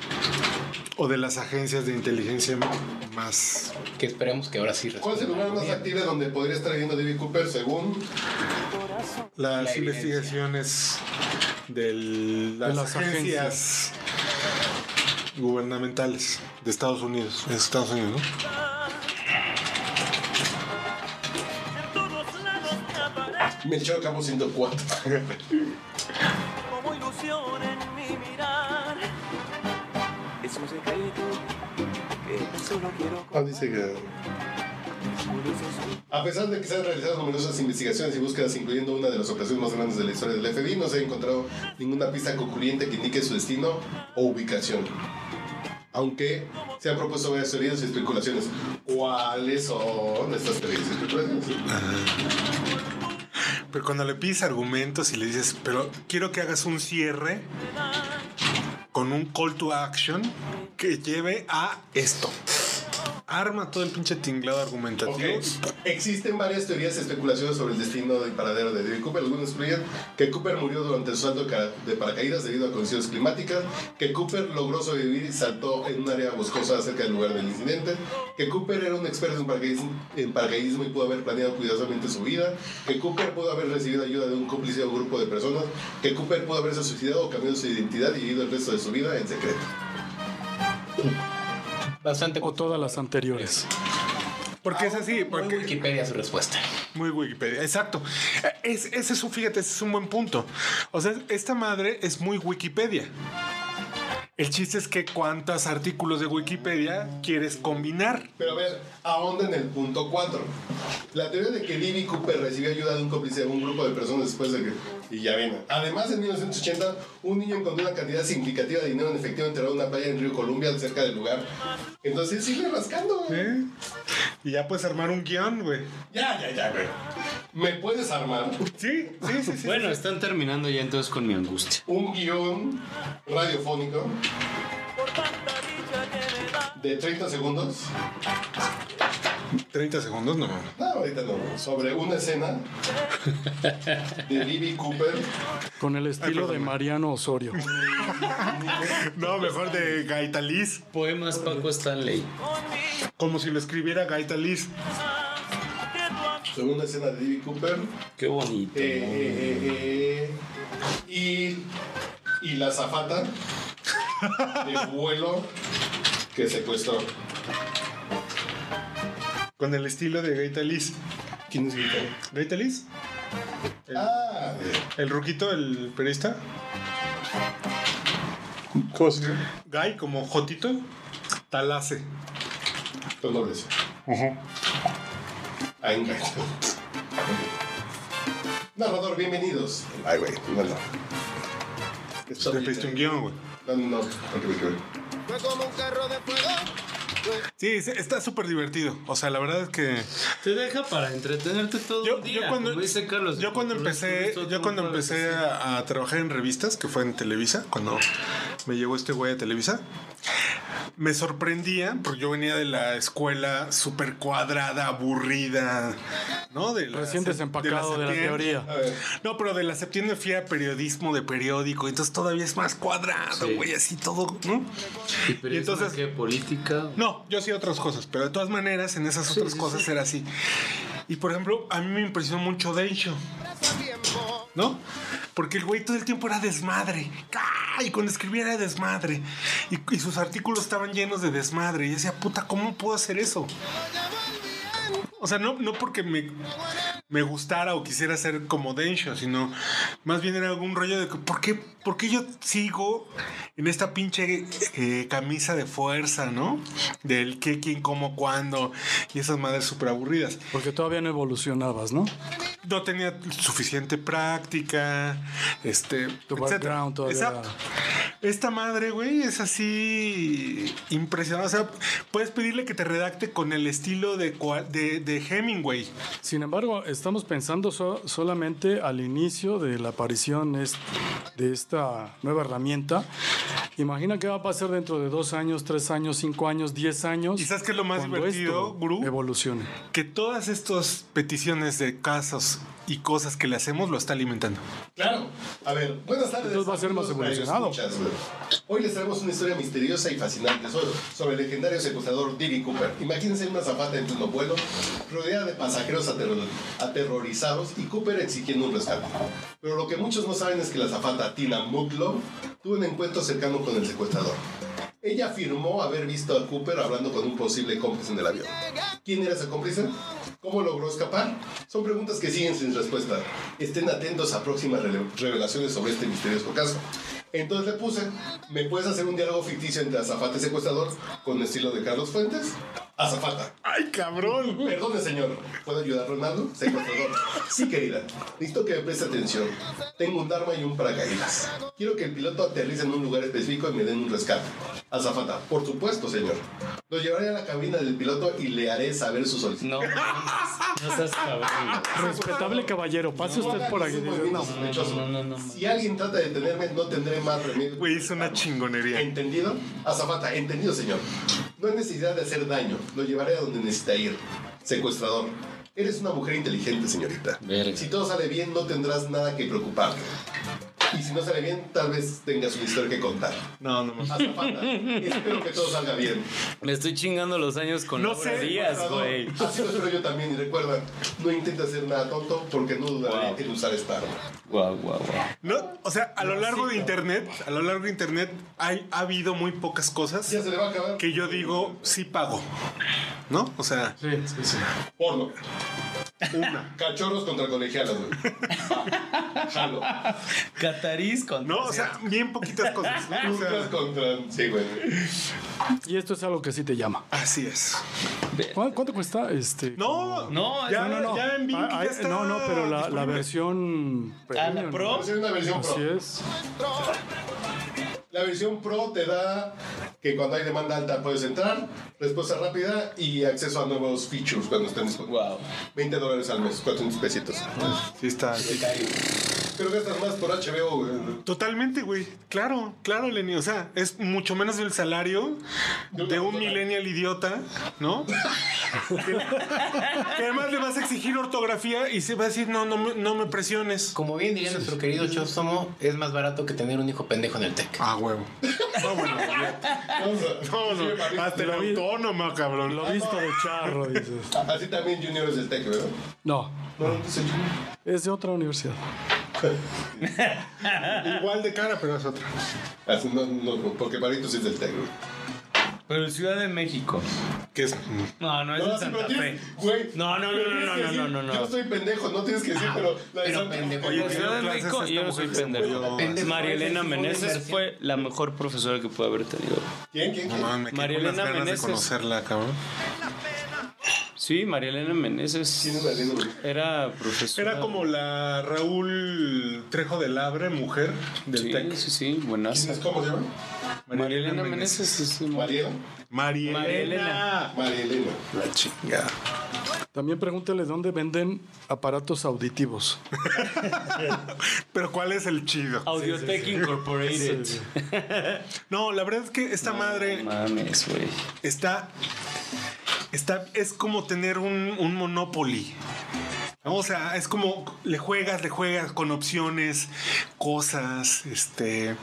o de las agencias de inteligencia más... Que esperemos que ahora sí ¿Cuál es el lugar más factible donde podría estar viviendo D.B. Cooper según Las La evidencia. investigaciones del- las De las agencias gubernamentales de Estados Unidos. Es Estados Unidos, ¿no? Melchor Campos 104? como ilusión en mi mirar. Es un secreto que solo quiero Ah, dice que... A pesar de que se han realizado numerosas investigaciones y búsquedas, incluyendo una de las operaciones más grandes de la historia del FBI, no se ha encontrado ninguna pista concluyente que indique su destino o ubicación. Aunque se han propuesto varias teorías y especulaciones. ¿Cuáles son estas teorías y especulaciones? Pero cuando le pides argumentos y le dices, pero quiero que hagas un cierre con un call to action que lleve a esto. Arma todo el pinche tinglado argumentativo. Existen varias teorías y especulaciones sobre el destino del paradero de David Cooper. Algunas incluyen que Cooper murió durante el salto de ca- de paracaídas debido a condiciones climáticas, que Cooper logró sobrevivir y saltó en un área boscosa cerca del lugar del incidente, que Cooper era un experto en paracaidismo, en paracaidismo y pudo haber planeado cuidadosamente su vida, que Cooper pudo haber recibido ayuda de un cómplice o grupo de personas, que Cooper pudo haberse suicidado o cambiado su identidad y vivido el resto de su vida en secreto. Bastante. O todas las anteriores. Porque es así, porque Wikipedia su respuesta. Muy Wikipedia, exacto. Es, ese es un, fíjate, ese es un buen punto. O sea, esta madre es muy Wikipedia. El chiste es que cuántos artículos de Wikipedia quieres combinar. Pero a ver, ahonda en el punto 4. La teoría de que D.B. Cooper recibió ayuda de un cómplice de un grupo de personas después de que... Y ya viene. Además, en 1980, un niño encontró una cantidad significativa de dinero en efectivo enterrado en una playa en Río Columbia, cerca del lugar. Entonces, sigue rascando, güey. ¿eh? Y ya puedes armar un guión, güey. Ya, ya, ya, güey. ¿Me puedes armar Sí, sí, sí, sí. Bueno, están terminando ya entonces con mi angustia. un guión radiofónico de 30 segundos? 30 segundos, no mames. No, ahorita no. Sobre una escena de D.B. Cooper. Con el estilo de Mariano Osorio. No, mejor de Gaita Liz. Poemas Paco Stanley. Como si lo escribiera Gaita Liz. Sobre una escena de D.B. Cooper. Qué bonito. Eh, eh, eh, eh. y, y la zafata de vuelo que secuestró. Con el estilo de Gaita Liz. ¿Quién es Vito? ¿Gaita Liz? Ah, ¿El ruquito, el periodista? ¿Cómo se llama? Guy, como Jotito. Talase. los nobles. Ahí enganchó. Narrador, bienvenidos. Ay, güey, no, no. Está Te bien, pediste eh. un guión, güey. No, no, no. ok, ok, ok. Sí, sí, está súper divertido. O sea, la verdad es que Te deja para entretenerte todo Yo- un día, yo cuando- como dice Carlos. yo cuando Tú empecé, estuviste yo otro cuando jueves empecé así. a, a trabajar en revistas, que fue en Televisa, cuando me llegó este güey a Televisa, me sorprendía, porque yo venía de la escuela súper cuadrada, aburrida, ¿no? De la, Recién desempacado de la Septiembre. teoría. A ver. No, pero de la septiembre fui a periodismo de periódico, entonces todavía es más cuadrado, Sí. güey, así todo, ¿no? ¿Y entonces qué? ¿Política? No, yo sí otras cosas, pero de todas maneras en esas otras cosas era así. Y por ejemplo, a mí me impresionó mucho Densho. ¿No? Porque el güey todo el tiempo era desmadre. ¡Ca! Y cuando escribía era desmadre. Y, y sus artículos estaban llenos de desmadre. Y yo decía, puta, ¿cómo puedo hacer eso? O sea, no, no porque me, me gustara o quisiera ser como Densho, sino más bien era algún rollo de que, ¿por qué, por qué yo sigo en esta pinche eh, camisa de fuerza, ¿no? Del qué, quién, cómo, cuándo y esas madres súper aburridas. Porque todavía no evolucionabas, ¿no? No tenía suficiente práctica, este, Tu etcétera. background todavía era- Exacto. Esta madre, güey, es así impresionante. O sea, puedes pedirle que te redacte con el estilo de, cual- de, de Hemingway. Sin embargo, estamos pensando so- solamente al inicio de la aparición es- de esta nueva herramienta. Imagina qué va a pasar dentro de dos años, tres años, cinco años, diez años. ¿Y sabes qué es lo más cuando divertido, esto Guru? Evolucione. Que todas estas peticiones de casos y cosas que le hacemos lo está alimentando. Claro. A ver, buenas tardes. Entonces va a ser más amigos evolucionado. radioescuchas. Hoy les traemos una historia misteriosa y fascinante sobre, sobre el legendario secuestrador Diddy Cooper. Imagínense una zapata en pleno vuelo, rodeada de pasajeros aterro- aterrorizados y Cooper exigiendo un rescate. Pero lo que muchos no saben es que la zapata Tina Mutlow tuvo un encuentro cercano con el secuestrador. Ella afirmó haber visto a Cooper hablando con un posible cómplice en el avión. ¿Quién era ese cómplice? ¿Cómo logró escapar? Son preguntas que siguen sin respuesta. Estén atentos a próximas rele- revelaciones sobre este misterioso caso. Entonces le puse, ¿me puedes hacer un diálogo ficticio entre azafate y secuestrador con el estilo de Carlos Fuentes? Azafata. ¡Ay, cabrón! Perdone, señor. ¿Puedo ayudar, Ronaldo? Secuestrador. Sí, querida. Necesito que me preste atención. Tengo un arma y un paracaídas. Quiero que el piloto aterrice en un lugar específico y me den un rescate. Azafata. Por supuesto, señor. Lo llevaré a la cabina del piloto y le haré saber su solicitud. No. No seas cabrón. Respetable caballero, pase usted por aquí. No, no, no. Si alguien trata de detenerme, no tendré más remedio. Güey, es una chingonería. ¿Entendido? Azafata, entendido, señor. No hay necesidad de hacer daño. Lo llevaré a donde necesita ir. Secuestrador. Eres una mujer inteligente, señorita. Si todo sale bien, no tendrás nada que preocuparte. Y si no sale bien, tal vez tengas una historia que contar. No, no más. Azafata, [LAUGHS] espero que todo salga bien. Me estoy chingando los años con No Laura sé, Díaz, secuestrador. güey. Así lo espero yo también. Y recuerda, no intentes hacer nada tonto porque no dudaré en usar esta arma. Guau, guau, guau. No, o sea, a lo largo de internet, a lo largo de internet hay, ha habido muy pocas cosas que yo digo sí pago. ¿No? O sea, sí, sí, sí. Porno. Cachorros contra colegialas, güey. Jalo. Catarís contra. No, o sea, bien poquitas cosas. ¿no? O sea, Lucas contra. Sí, güey. Y esto es algo que sí te llama. Así es. ¿Cu- ¿Cuánto cuesta este? No, no, ya- ya en Vink Ah, ya ah, está No, no, pero la, la disponible. versión. Ah, la premium, pro. Ah, ¿no? Versión- una versión pro. Así es. La versión pro te da que cuando hay demanda alta puedes entrar, respuesta rápida y acceso a nuevos features cuando estén disponibles. Wow. 20 dólares al mes, 400 pesitos. Sí está. Creo que gastas más por HBO, güey. Totalmente, güey. Claro, claro, Lenny. O sea, es mucho menos el salario de un millennial idiota, ¿no? que además le vas a exigir ortografía y se va a decir, no, no, me- no me presiones. Como bien diría nuestro querido Chosomo, es más barato que tener un hijo pendejo en el TEC. Ah, huevo. No, no, hasta el autónoma, cabrón. Lo visto de [LAUGHS] charro, dices. Así también Junior es del tech, ¿verdad? No, No, no dice Junior. es de otra universidad. Igual de cara, pero es otra. Así, no, no, porque Marito sí es del tech, güey. Pero Ciudad de México. Que es. No, no es No, de sí, Santa pero Fe. tienes- güey, No, no, no, pero no, tienes no, que no, decir, no, no, no. Yo soy pendejo, no tienes que decir, pero la de Santa- Oye, en Ciudad de México, yo no soy pendejo. Pendejo. María Elena Esa sí fue una Meneses inversión. fue la mejor profesora que pude haber tenido. ¿Quién, quién, No quién? mames, me quedé María con las Elena ganas de Meneses. conocerla, cabrón. Sí, María Elena ¿Quién es Meneses María Elena, güey? era profesora. Era como la Raúl Trejo del Abre, mujer del Sí, TEC. sí, sí, buenazo. ¿Quién es? ¿Cómo se llama? María Elena Meneses es Mariela. María María Elena. Ah, Elena. María Elena. La chinga. También pregúntale dónde venden aparatos auditivos. Pero ¿cuál es el chido? Audiotech Incorporated. Sí. No, la verdad es que esta madre Mames, güey. está, está. Es como tener un, un Monopoly. ¿no? O sea, es como le juegas, le juegas con opciones, cosas, este.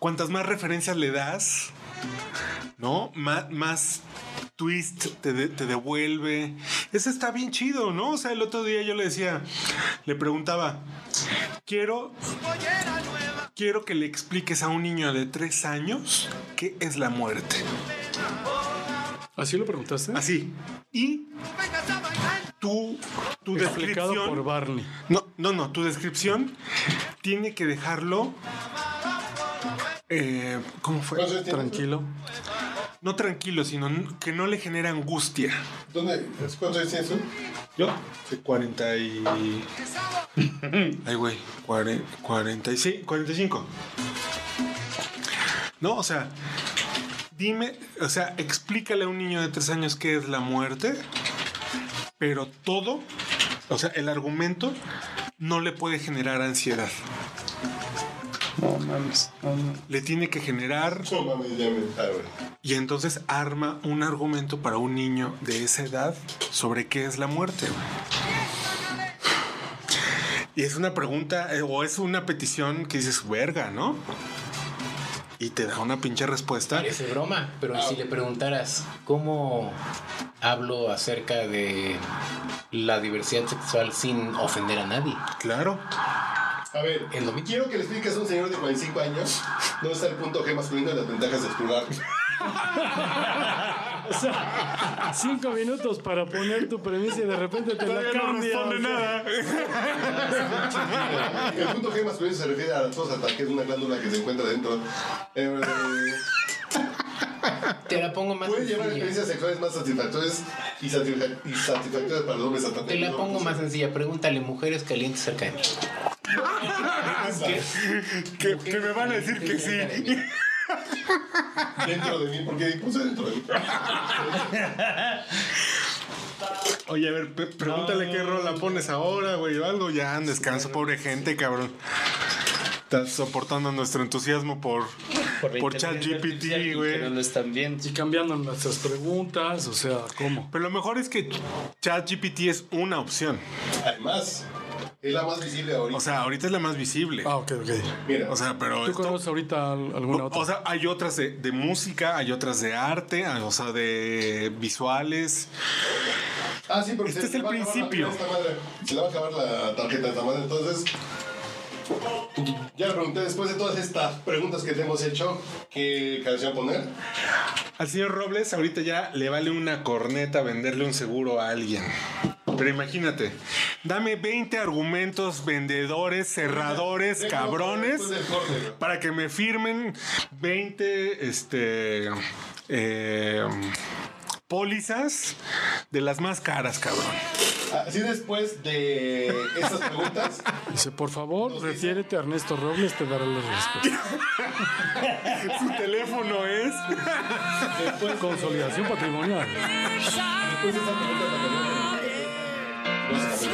Cuantas más referencias le das, ¿no? Má- más twist te, de- te devuelve. Ese está bien chido, ¿no? O sea, el otro día yo le decía, le preguntaba, quiero, quiero que le expliques a un niño de tres años qué es la muerte. ¿Así lo preguntaste? Así. Y tú, tu Explicado descripción. [LAUGHS] por Barney. No, no, no. Tu descripción tiene que dejarlo. eh, ¿Cómo fue? ¿Cuántos años tienes? Tranquilo. No tranquilo, sino n- que no le genera angustia. ¿Dónde? ¿Cuántos años tienes tú? ¿Yo? De 40 y. Ay, güey. cuare- 45. 45. No, o sea. Dime, o sea, explícale a un niño de tres años qué es la muerte, pero todo, o sea, el argumento no le puede generar ansiedad. No mames. Le tiene que generar. No mames, ya me ah, güey. Y entonces arma un argumento para un niño de esa edad sobre qué es la muerte. güey. Y es una pregunta eh, o es una petición que dices, verga, ¿no? Y te da una pinche respuesta. Parece broma, pero si le preguntaras cómo hablo acerca de la diversidad sexual sin ofender a nadie. Claro. A ver, quiero que le expliques a un señor de 45 años dónde está el punto G masculino de las ventajas de explorar. O sea, cinco minutos para poner tu premisa y de repente te la cambias. El punto G masculino se refiere a la tosa, que es una glándula que se encuentra dentro. Eh, Te la pongo más Puede llevar sencilla. experiencias sexuales más satisfactorias y, satisfa- y satisfactorias para los hombres hasta Te la tener- pongo más sencilla. Pregúntale mujeres calientes cerca de mí. [LAUGHS] [LAUGHS] que, que me van a decir que sí. Dentro de mí, porque puse dentro de mí. Oye, a ver, pe- pregúntale qué rola pones ahora, güey, o algo. Ya, en descanso, pobre gente, cabrón. Estás soportando nuestro entusiasmo por, por, ChatGPT, güey. no lo están viendo. Y cambiando nuestras preguntas, o sea, ¿cómo? Pero lo mejor es que ChatGPT es una opción. Además, es la más visible ahorita. O sea, ahorita es la más visible. Ah, ok, ok. Mira, O sea, pero ¿Tú esto- conoces ahorita al- alguna otra? O sea, hay otras de, de música, hay otras de arte, ah, o sea, de visuales. ah, sí, porque este se es le el va a acabar la principio. pila a esta madre. Se le va a acabar la tarjeta a esta madre, entonces. Ya le pregunté después de todas estas preguntas que te hemos hecho, ¿qué canción poner? Al señor Robles ahorita ya le vale una corneta venderle un seguro a alguien. Pero imagínate, dame 20 argumentos vendedores, cerradores, Déjalo cabrones, después del corte, güey. para que me firmen 20 este, eh, pólizas de las más caras, cabrón. [LAUGHS] Así Ah, después de estas preguntas, Dice, por favor, refiérete a Ernesto Robles, te dará la respuesta. Su teléfono es... después, Pues, Consolidación patrimonial. después de estas preguntas, la pregunta que- Vamos a hacer.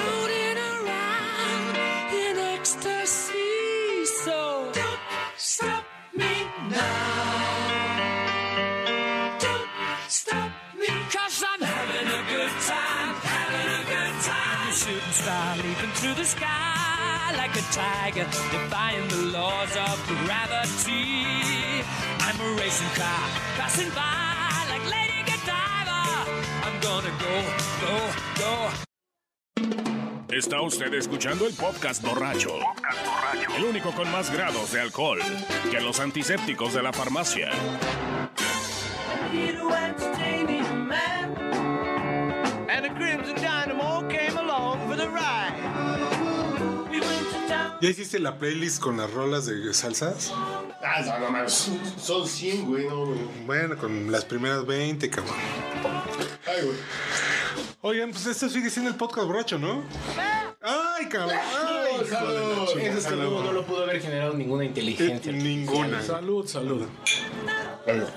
Defying the laws of gravity. I'm a racing car passing by like Lady Godiva. I'm gonna go, go, go. Está usted escuchando el podcast borracho. El único con más grados de alcohol que los antisépticos de la farmacia. Peter went to Danish man. And a crimson dynamo came along for the ride. We went to town. ¿Ya hiciste la playlist con las rolas de salsas? Ah, no, no mames. Son 100, güey, no, güey. Bueno, con las primeras 20, cabrón. Ay, güey. Oigan, pues esto sigue siendo el podcast borracho, ¿no? ¡Ay, cabrón! ¡Ay, hijo de la Salud, chingada! Ese saludo no lo pudo haber generado ninguna inteligencia. Ninguna. Salud, salud. Ay, güey.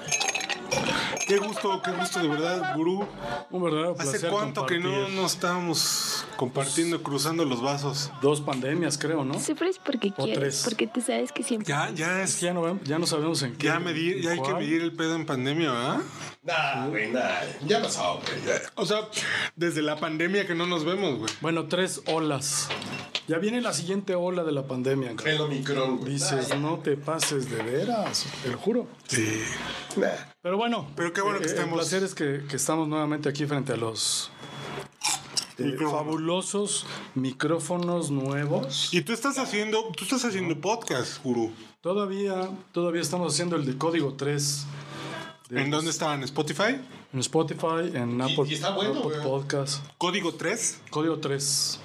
Qué gusto, qué gusto de verdad, gurú. Un verdadero ¿Hace placer cuánto que no compartir. nos estábamos compartiendo, cruzando los vasos? Dos pandemias, creo, ¿no? Sufres porque O quieres, tres. porque tú sabes que siempre. Ya, ya es. Ya no, ya no sabemos en qué. Ya, medir, ya hay que cuál. medir el pedo en pandemia, ¿verdad? Nah, güey, nah. Ya pasó, güey. ya. O sea, desde la pandemia que no nos vemos, güey. Bueno, tres olas. Ya viene la siguiente ola de la pandemia. cabrón. El Omicron, güey. Dices, no te pases de veras, te lo juro. Sí. Pero bueno, Pero qué bueno que eh, estemos. El placer es que, que estamos nuevamente aquí frente a los eh, fabulosos micrófonos nuevos. Y tú estás haciendo, tú estás haciendo podcast, gurú. Todavía, todavía estamos haciendo el de código 3. ¿En dónde está? ¿En Spotify? En Spotify, en Apple, y está bueno, Apple güey. Podcast. Código 3 Código 3.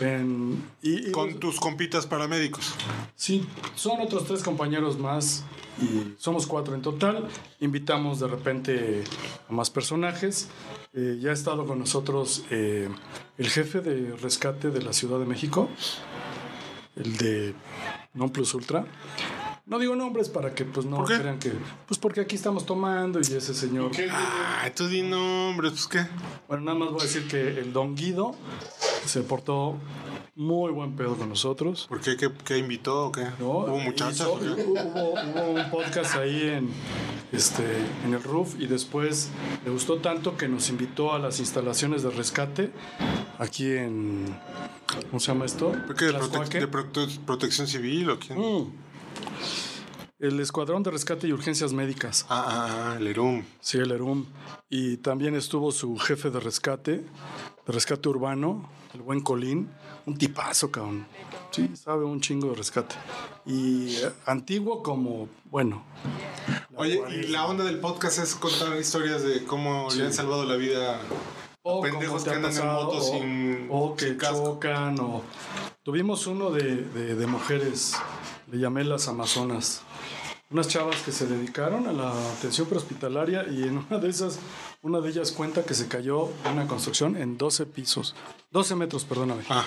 En- y, y- con tus compitas paramédicos. Sí, son otros tres compañeros más y somos cuatro en total. Invitamos de repente a más personajes. Eh, ya ha estado con nosotros eh, el jefe de rescate de la Ciudad de México, el de Non Plus Ultra. No digo nombres para que pues no ¿Por qué? crean que... Pues porque aquí estamos tomando y ese señor... ¿Qué? Ah, tú di nombres, pues qué. Bueno, nada más voy a decir que el Don Guido se portó muy buen pedo con nosotros. ¿Por qué? ¿Qué, qué invitó o qué? ¿no? ¿Hubo muchachas? Hizo- o qué? hubo, hubo un podcast ahí en, este, en el roof y después le gustó tanto que nos invitó a las instalaciones de rescate aquí en... ¿Cómo se llama esto? ¿Por qué? ¿De, prote- Tlaxcoaque. de prote- protección civil o quién? Mm. El Escuadrón de Rescate y Urgencias Médicas. Ah, ah, ah, Lerum. Sí, el ERUM. Y también estuvo su jefe de rescate, de rescate urbano, el buen Colín. Un tipazo, cabrón. Sí, sabe un chingo de rescate. Y eh, antiguo como, bueno, Oye, y la onda del podcast es contar historias de cómo le han salvado la vida o pendejos como te que ha andan en pasado, moto o- sin- o que sin casco. chocan o tuvimos uno de, de- de mujeres le llamé las amazonas unas chavas que se dedicaron a la atención prehospitalaria y en una de esas una de ellas cuenta que se cayó de una construcción en 12 pisos 12 metros perdóname Ah,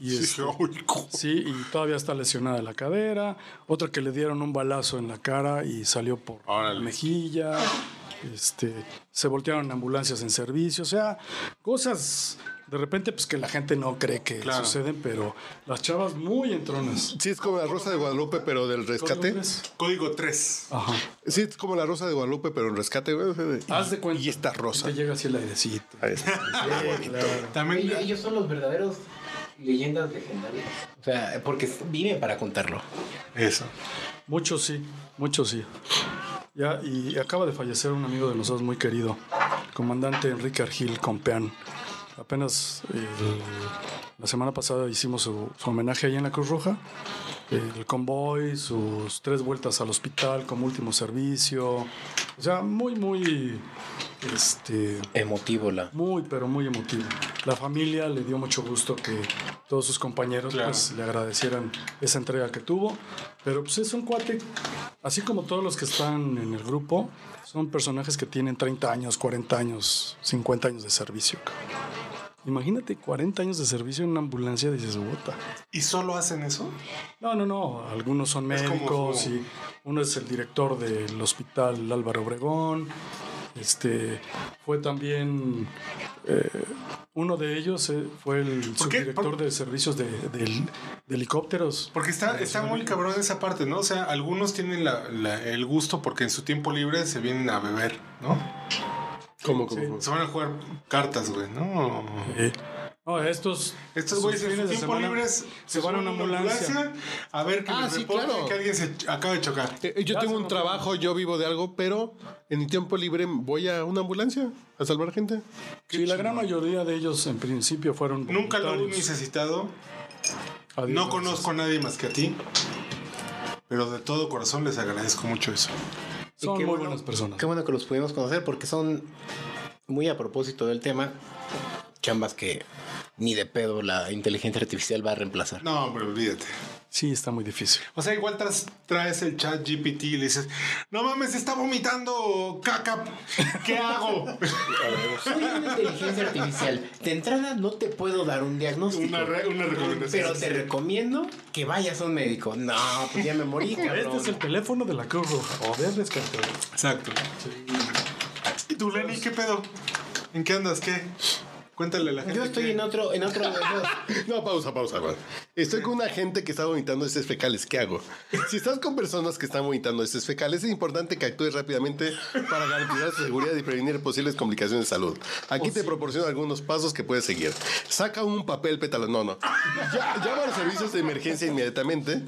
y sí, este, [LAUGHS] uy, cu- Sí, y todavía está lesionada de la cadera. Otra que le dieron un balazo en la cara y salió por Órale. la mejilla. Este, se voltearon ambulancias en servicio. O sea, cosas de repente pues que la gente no cree que Claro. suceden, pero las chavas muy entronas. Sí, es como la Rosa de Guadalupe, pero del rescate. Código 3. Ajá. Sí, es como la Rosa de Guadalupe, pero en rescate. güey. Haz de cuenta. Y esta Te rosa. llega así el airecito. Ahí está. Claro. También Ellos, ellos son los verdaderos leyendas legendarias. O sea, porque viven para contarlo. Eso. Muchos sí, muchos sí. Ya, y acaba de fallecer un amigo de nosotros muy querido, el comandante Enrique Argil Compeán. Apenas eh, la semana pasada hicimos su, su homenaje ahí en la Cruz Roja. eh, El convoy, sus tres vueltas al hospital como último servicio. O sea, muy, muy, este, Emotivo la. muy, pero muy emotivo. La familia le dio mucho gusto que todos sus compañeros Claro. pues, le agradecieran esa entrega que tuvo. Pero pues es un cuate, así como todos los que están en el grupo, son personajes que tienen 30 años, 40 años, 50 años de servicio. cabrón. Imagínate 40 años de servicio en una ambulancia, dices, puta. ¿Y solo hacen eso? No, no, no. Algunos son Es como médicos su- y uno es el director del hospital Álvaro Obregón. Este fue también eh, uno de ellos eh, fue el ¿Por qué? subdirector ¿Por- de servicios de, del- de helicópteros. Porque está, está muy cabrón esa parte, ¿no? O sea, algunos tienen la- la- el gusto porque en su tiempo libre se vienen a beber, ¿no? este ¿Cómo, Sí. cómo, Se van a jugar cartas, güey, ¿no? Eh, no, estos Estos sus güeyes en su fines de tiempo semana libre se van a una ambulancia. a ver que Ah, les sí, reporten claro. que alguien se ch- acaba de chocar. Eh, eh, yo tengo un trabajo, yo vivo de algo, pero en mi tiempo libre voy a una ambulancia a salvar gente. Sí, la gran mayoría de ellos en principio fueron Nunca lo he voluntarios. necesitado. Adiós, No gracias. conozco a nadie más que a ti. Pero de todo corazón les agradezco mucho eso. Y Son qué muy bueno- buenas personas. Qué bueno que los pudimos conocer porque son muy a propósito del tema. Chambas que ni de pedo la inteligencia artificial va a reemplazar. No, hombre, olvídate. Sí, está muy difícil. O sea, igual tras- traes el chat GPT y le dices, no mames, está vomitando caca. ¿Qué [LAUGHS] hago? Soy una inteligencia artificial. De entrada no te puedo dar un diagnóstico. Una re- una recomendación. Pero te recomiendo que vayas a un médico. No, pues ya me morí, cabrón. Este es el teléfono de la Cruz Roja. O debes cantar. Exacto. ¿Y tú, Lenny, qué pedo? ¿En qué andas? ¿Qué? Cuéntale a la gente. Yo estoy en otro, en otro. [LAUGHS] No, pausa, pausa. pausa. Estoy con una gente que está vomitando estos fecales. ¿Qué hago? Si estás con personas que están vomitando estos fecales, es importante que actúes rápidamente para garantizar su seguridad y prevenir posibles complicaciones de salud. Aquí te proporciono algunos pasos que puedes seguir. Saca un papel pétalo. No, no. Ya- Llama a los servicios de emergencia inmediatamente.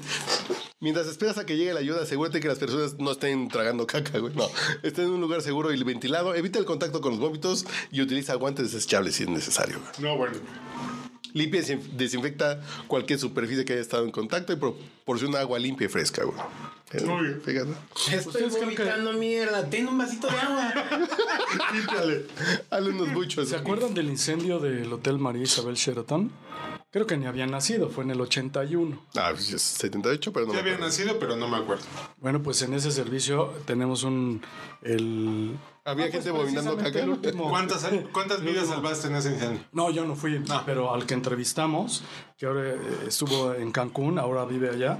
Mientras esperas a que llegue la ayuda, asegúrate que las personas no estén tragando caca, güey. No, estén en un lugar seguro y ventilado. Evita el contacto con los vómitos y utiliza guantes desechables si es necesario. güey. No, bueno. Limpia y desinf- desinfecta cualquier superficie que haya estado en contacto y proporciona agua limpia y fresca, güey. Eh, [LAUGHS] Fíjate. Estoy vomitando mierda. Ten un vasito de agua. Hale unos buchos. ¿Se acuerdan del incendio del Hotel María Isabel Sheraton? Creo que ni había nacido, fue en el 81. Ah, pues, es 78, pero no Ya me había acuerdo. nacido, pero no me acuerdo. Bueno, pues en ese servicio tenemos un. El... Había Ah, pues, gente vomitando precisamente caca. el último. ¿Cuántas, [LAUGHS] cuántas vidas salvaste en ese incendio? No, yo no fui, Ah, pero al que entrevistamos, que ahora eh, estuvo en Cancún, ahora vive allá,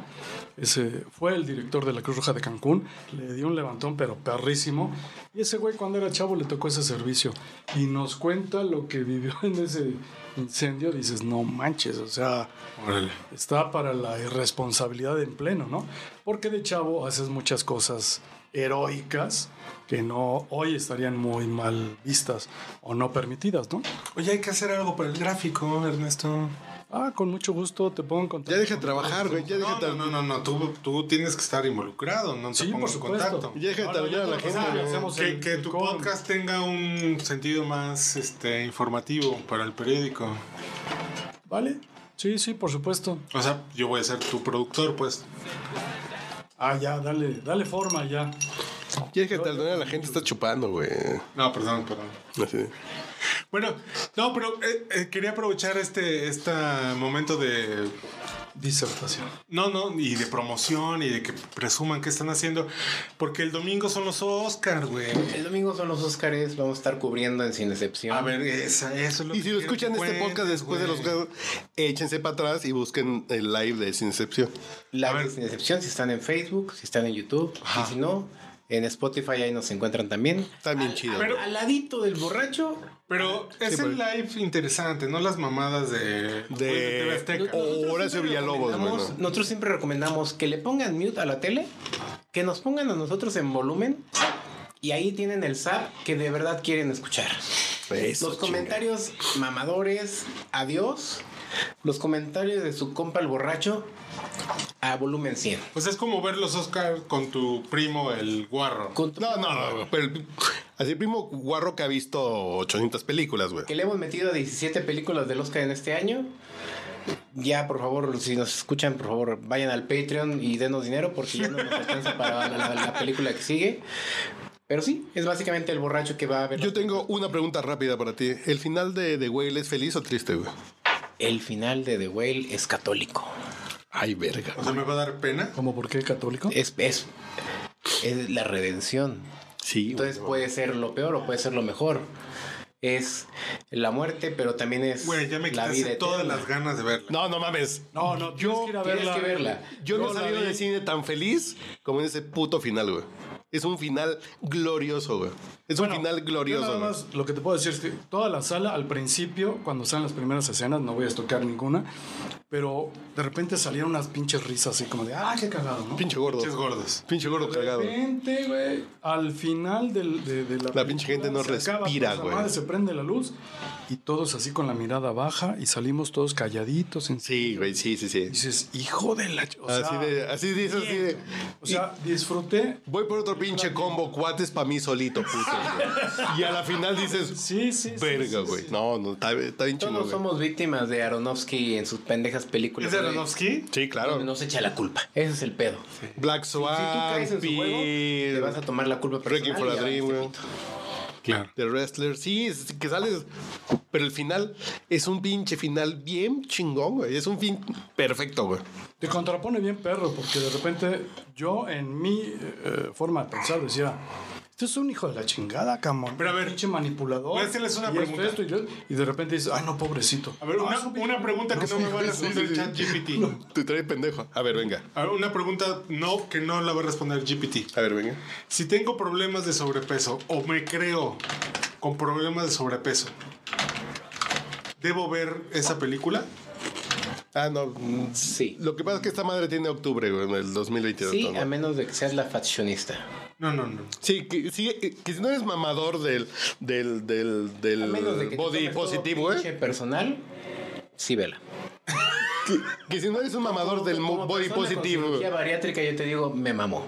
ese fue el director de la Cruz Roja de Cancún, le dio un levantón pero perrísimo, y ese güey cuando era chavo le tocó ese servicio y nos cuenta lo que vivió [LAUGHS] en ese incendio, dices, no manches, o sea, está para la irresponsabilidad en pleno, ¿no? Porque de chavo haces muchas cosas heroicas que no hoy estarían muy mal vistas o no permitidas, ¿no? Oye, hay que hacer algo para el gráfico, Ernesto. Ah, con mucho gusto te pongo en contacto. Ya deja de trabajar, güey. Ya deja No, de no, no, no, no, Tú, tú tienes que estar involucrado, no te Sí, pongo por en supuesto. contacto. Ya deja de Ahora, trabajar a la otra cosa, gente, le hacemos güey. el- Que, que tu podcast tenga un sentido más este, informativo para el periódico. ¿Vale? Sí, sí, por supuesto. O sea, yo voy a ser tu productor, pues. Ah, ya, dale, dale forma ya. Ya deja de trabajar a la gente, está chupando, güey. No, perdón, perdón. Así. Bueno, no, pero eh, eh, quería aprovechar este, este momento de... Disertación. No, no, y de promoción y de que presuman que están haciendo. Porque el domingo son los Oscar, güey. El domingo son los Óscares, vamos a estar cubriendo en Sin Excepción. A ver, esa, eso es lo Y si lo escuchan este podcast después de los juegos, échense para atrás y busquen el live de Sin Excepción. Live de Sin Excepción, si están en Facebook, si están en YouTube, y si no, en Spotify ahí nos encuentran también. Ah, También chido. Pero- Al ladito del borracho, Pero es Sí, el live interesante, no las mamadas de... pues, TV Azteca. Horacio Villalobos, recomendamos- bueno. Nosotros siempre recomendamos que le pongan mute a la tele, que nos pongan a nosotros en volumen y ahí tienen el zap que de verdad quieren escuchar. Eso, Los comentarios mamadores, adiós. Los comentarios de su compa el borracho a volumen 100. Pues es como ver los Oscar con tu primo, el guarro. Con- No, no, no, no, pero el- así el primo guarro que ha visto 800 películas, güey. que le hemos metido a 17 películas del Oscar en este año. Ya, por favor, si nos escuchan, por favor, vayan al Patreon y denos dinero porque ya no nos alcanza para la, la película que sigue. Pero sí, es básicamente el borracho que va a ver Yo tengo una pregunta rápida para ti. ¿El final de The Whale es feliz o triste, güey? el final de The Whale es católico. Ay, verga. O sea, me va a dar pena. ¿Cómo por qué católico? Es, es, es la redención. Sí, güey. Entonces puede ser lo peor o puede ser lo mejor. Es la muerte, pero también es Güey, ya me la quitaste vida todas eterna. las ganas de verla. No, no mames. No, no, yo que ir a Tienes verla. eh. que verla. Yo no he Yo la salido vi. del cine tan feliz como en ese puto final, güey. Es un final glorioso, güey. Es un final Yo glorioso, nada güey. más, lo que te puedo decir es que toda la sala, al principio, cuando salen las primeras escenas, no voy a estocar ninguna, pero de repente salieron unas pinches risas así como de, ah, qué cagado, ¿no? Pinche gordo. Pinches gordos. Pinche gordo cagado. De repente, güey, al final del- de, de la, La pinche gente no se acaba, respira, pues, la güey. madre, Se prende la luz y todos así con la mirada baja y salimos todos calladitos. En... Sí, güey, sí, sí, sí. Dices, hijo de la... ch-", O sea, así de, así dices, así de. o sea, disfruté. Voy por otro pinche combo, cuates para mí solito, puto. güey. y a la final dices, Sí, sí, sí, sí, verga, sí. güey. No, no, está, está bien Todos chingón, güey. somos víctimas de Aronofsky en sus pendejas películas. ¿Es de Aronofsky? Sí, claro. Donde No se echa la culpa. Ese es el pedo. Black Si tú Swan, caes en su juego, Peel, te vas a tomar la culpa Wrecking personal y ya for a Dream, valiste güey. pito. Claro. de Wrestler. Sí, es que sales. Pero el final es un pinche final bien chingón, güey. Es un fin perfecto, güey. Te contrapone bien perro, porque de repente yo en mi eh, forma de pensar decía, este es un hijo de la chingada, camón. Pero a ver, pinche manipulador. voy a hacerles una y esto, pregunta. esto y, yo- y de repente dices, ay no, pobrecito. A ver, una, una pregunta que no me va a responder [LAUGHS] ChatGPT. Te trae pendejo. A ver, venga. A ver, Ah, una pregunta no, que no la va a responder GPT. A ver, venga. Si tengo problemas de sobrepeso o me creo con problemas de sobrepeso, ¿debo ver esa película? Ah, no. mm, Sí. Lo que pasa es que esta madre tiene octubre, güey, en el 2022. Sí, ¿no? a menos de que seas la fashionista. No, no, no. Sí, que, sí, eh, que si no eres mamador del, del, del, del menos de que te body tomes todo positivo, ¿eh? güey. personal, sí vela. Que, que si no eres un mamador del mo- body positivo. La bariátrica yo te digo, me mamó.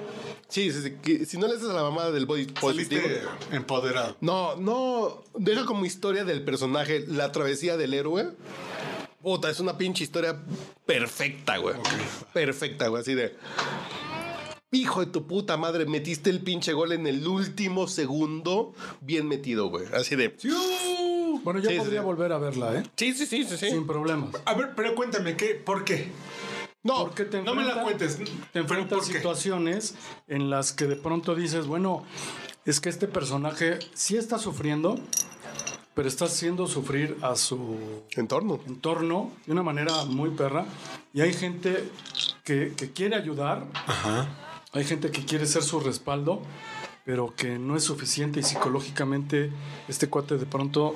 Sí, sí, sí, que si no le haces a la mamada del body positivo. Saliste empoderado. No, no. Deja como historia del personaje la travesía del héroe. Puta, es una pinche historia perfecta, güey. Perfecta, güey. Así de. Hijo de tu puta madre, metiste el pinche gol en el último segundo. Bien metido, güey. Así de. Bueno, yo Sí, sí, podría sí. volver a verla, ¿eh? Sí, sí, sí, sí. sí. Sin problemas. A ver, pero cuéntame, ¿qué? ¿por qué? No, Porque te no me la enfrentan- cuentes. Te enfrentas situaciones en las que de pronto dices, bueno, es que este personaje sí está sufriendo, pero está haciendo sufrir a su Entorno. entorno de una manera muy perra. Y hay gente que, que quiere ayudar, hay gente que quiere ser su respaldo, pero que no es suficiente y psicológicamente este cuate de pronto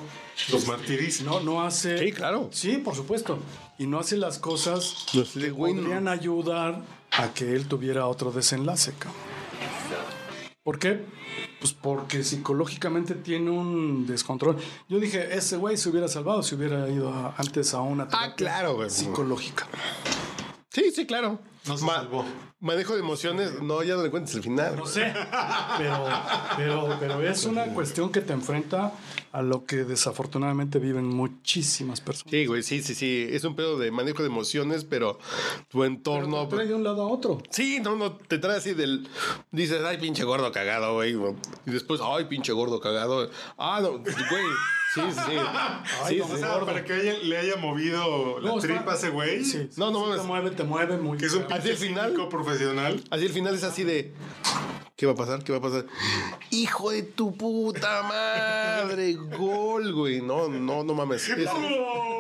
Los martiriza. no, no hace... Sí, claro. Sí, por supuesto. Y no hace las cosas Los de que güey, no. podrían ayudar a que él tuviera otro desenlace, cabrón. ¿Por qué? Pues porque psicológicamente tiene un descontrol. Yo dije, ese güey se hubiera salvado si hubiera ido a- antes a una terapia claro, güey. psicológica. Sí, sí, claro. No se Ma- salvó. Manejo de emociones. No, ya no le cuentes el final. No sé, pero, pero, pero es una cuestión que te enfrenta a lo que desafortunadamente viven muchísimas personas. Sí, güey, sí, sí, sí. Es un pedo de manejo de emociones, pero tu entorno. Trae de un lado a otro. Sí, no, no, te trae así del. Dices, ay, pinche gordo cagado, güey. Y después, ay, pinche gordo cagado. Ah, no, güey. Sí, sí, [LAUGHS] sí. Sí, O sí. sea, para que haya- le haya movido la No, está- tripa a ese güey, Sí, No, no te mames. mueve, te mueve muy que es un feo. Así el final. pinche profesional. Así el final es así de. ¿Qué va a pasar? ¿Qué va a pasar? Hijo de tu puta madre, [LAUGHS] gol, güey. No, no, no mames. Es- ¡Oh!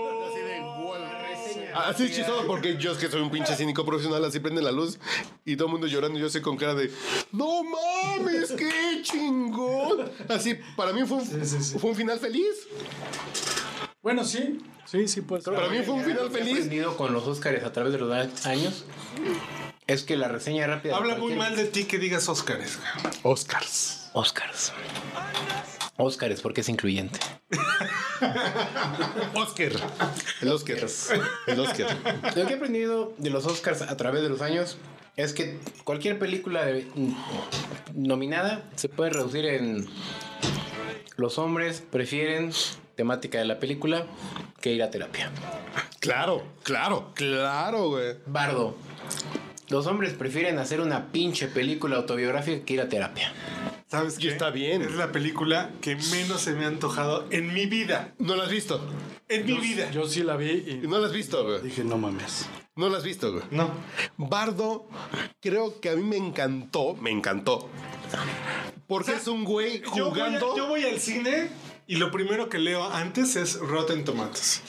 Así es chistoso porque yo es que soy un pinche cínico profesional, así prende la luz y todo el mundo llorando y yo sé con cara de ¡No mames! ¡Qué chingón! Así, para mí fue un, sí, sí. fue un final feliz. Bueno, sí, sí, sí, pues. Para mí fue un final feliz. aprendido con los Óscares a través de los años es que la reseña rápida. Habla muy mal de ti que digas Óscares. Oscars. Óscars. Óscares, porque es incluyente. Oscar. El Oscar. El Oscar. Lo que he aprendido de los Oscars a través de los años es que cualquier película de- nominada se puede reducir en los hombres prefieren temática de la película que ir a terapia. Claro, claro, claro, güey. Bardo. Los hombres prefieren hacer una pinche película autobiográfica que ir a terapia. ¿Sabes Y qué? está bien. Es la película que menos se me ha antojado en mi vida. No lo has visto. En mi vida. Yo sí la vi Y y No lo has visto, güey. dije, no mames. No lo has visto, güey. No. Bardo, creo que a mí me encantó. Me encantó. Porque es un güey Yo voy, a- jugando. yo voy al cine y lo primero que leo antes es Rotten Tomatoes.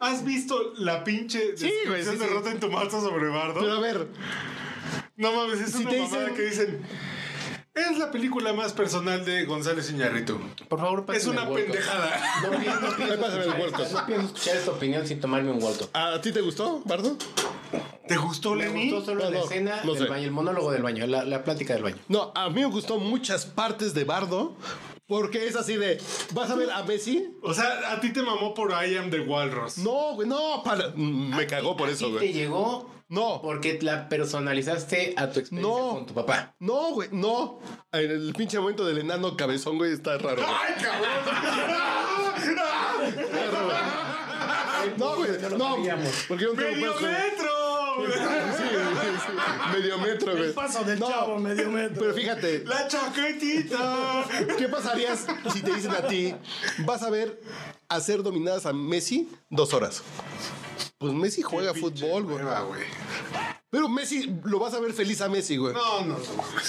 ¿Has visto la pinche descripción güey, sí, de sí. Rotten Tomatoes sobre Bardo? Pero a ver, No mames, es Si una te mamada dicen- que dicen. Es la película más personal de González Iñárritu. Por favor, Es pásenme una el Walcott. pendejada. No pienso, no pienso Pásame el escuchar Walcott. esta- no pienso escuchar esta opinión sin tomarme un Walcott. ¿a ti te gustó, Bardo? ¿Te gustó, Me Lenny? gustó solo No, la no, escena no del sé. baño, el monólogo del baño, la, la plática del baño. No, a mí me gustó muchas partes de Bardo. Porque es así de. ¿Vas a ver a Messi? O sea, a ti te mamó por I Am the Walrus. No, güey, no, para. Mm, Me cagó por Sí eso, te güey. llegó No, porque la personalizaste a tu experiencia No. con tu papá. no, güey, no. En el pinche momento del enano cabezón, güey, está raro. güey. ¡Ay, cabrón! No, güey, no. sabíamos. Porque yo no tengo ¡Medio pedos con- metro! güey. [LAUGHS] Sí, sí, sí. [LAUGHS] Medio metro, güey. El paso del chavo, medio metro. Pero fíjate. ¡La chaquetita! ¿Qué pasarías si te dicen a ti, vas a ver hacer dominadas a Messi dos horas? Pues Messi juega fútbol, güey. Pero Messi, lo vas a ver feliz a Messi, güey. No, no,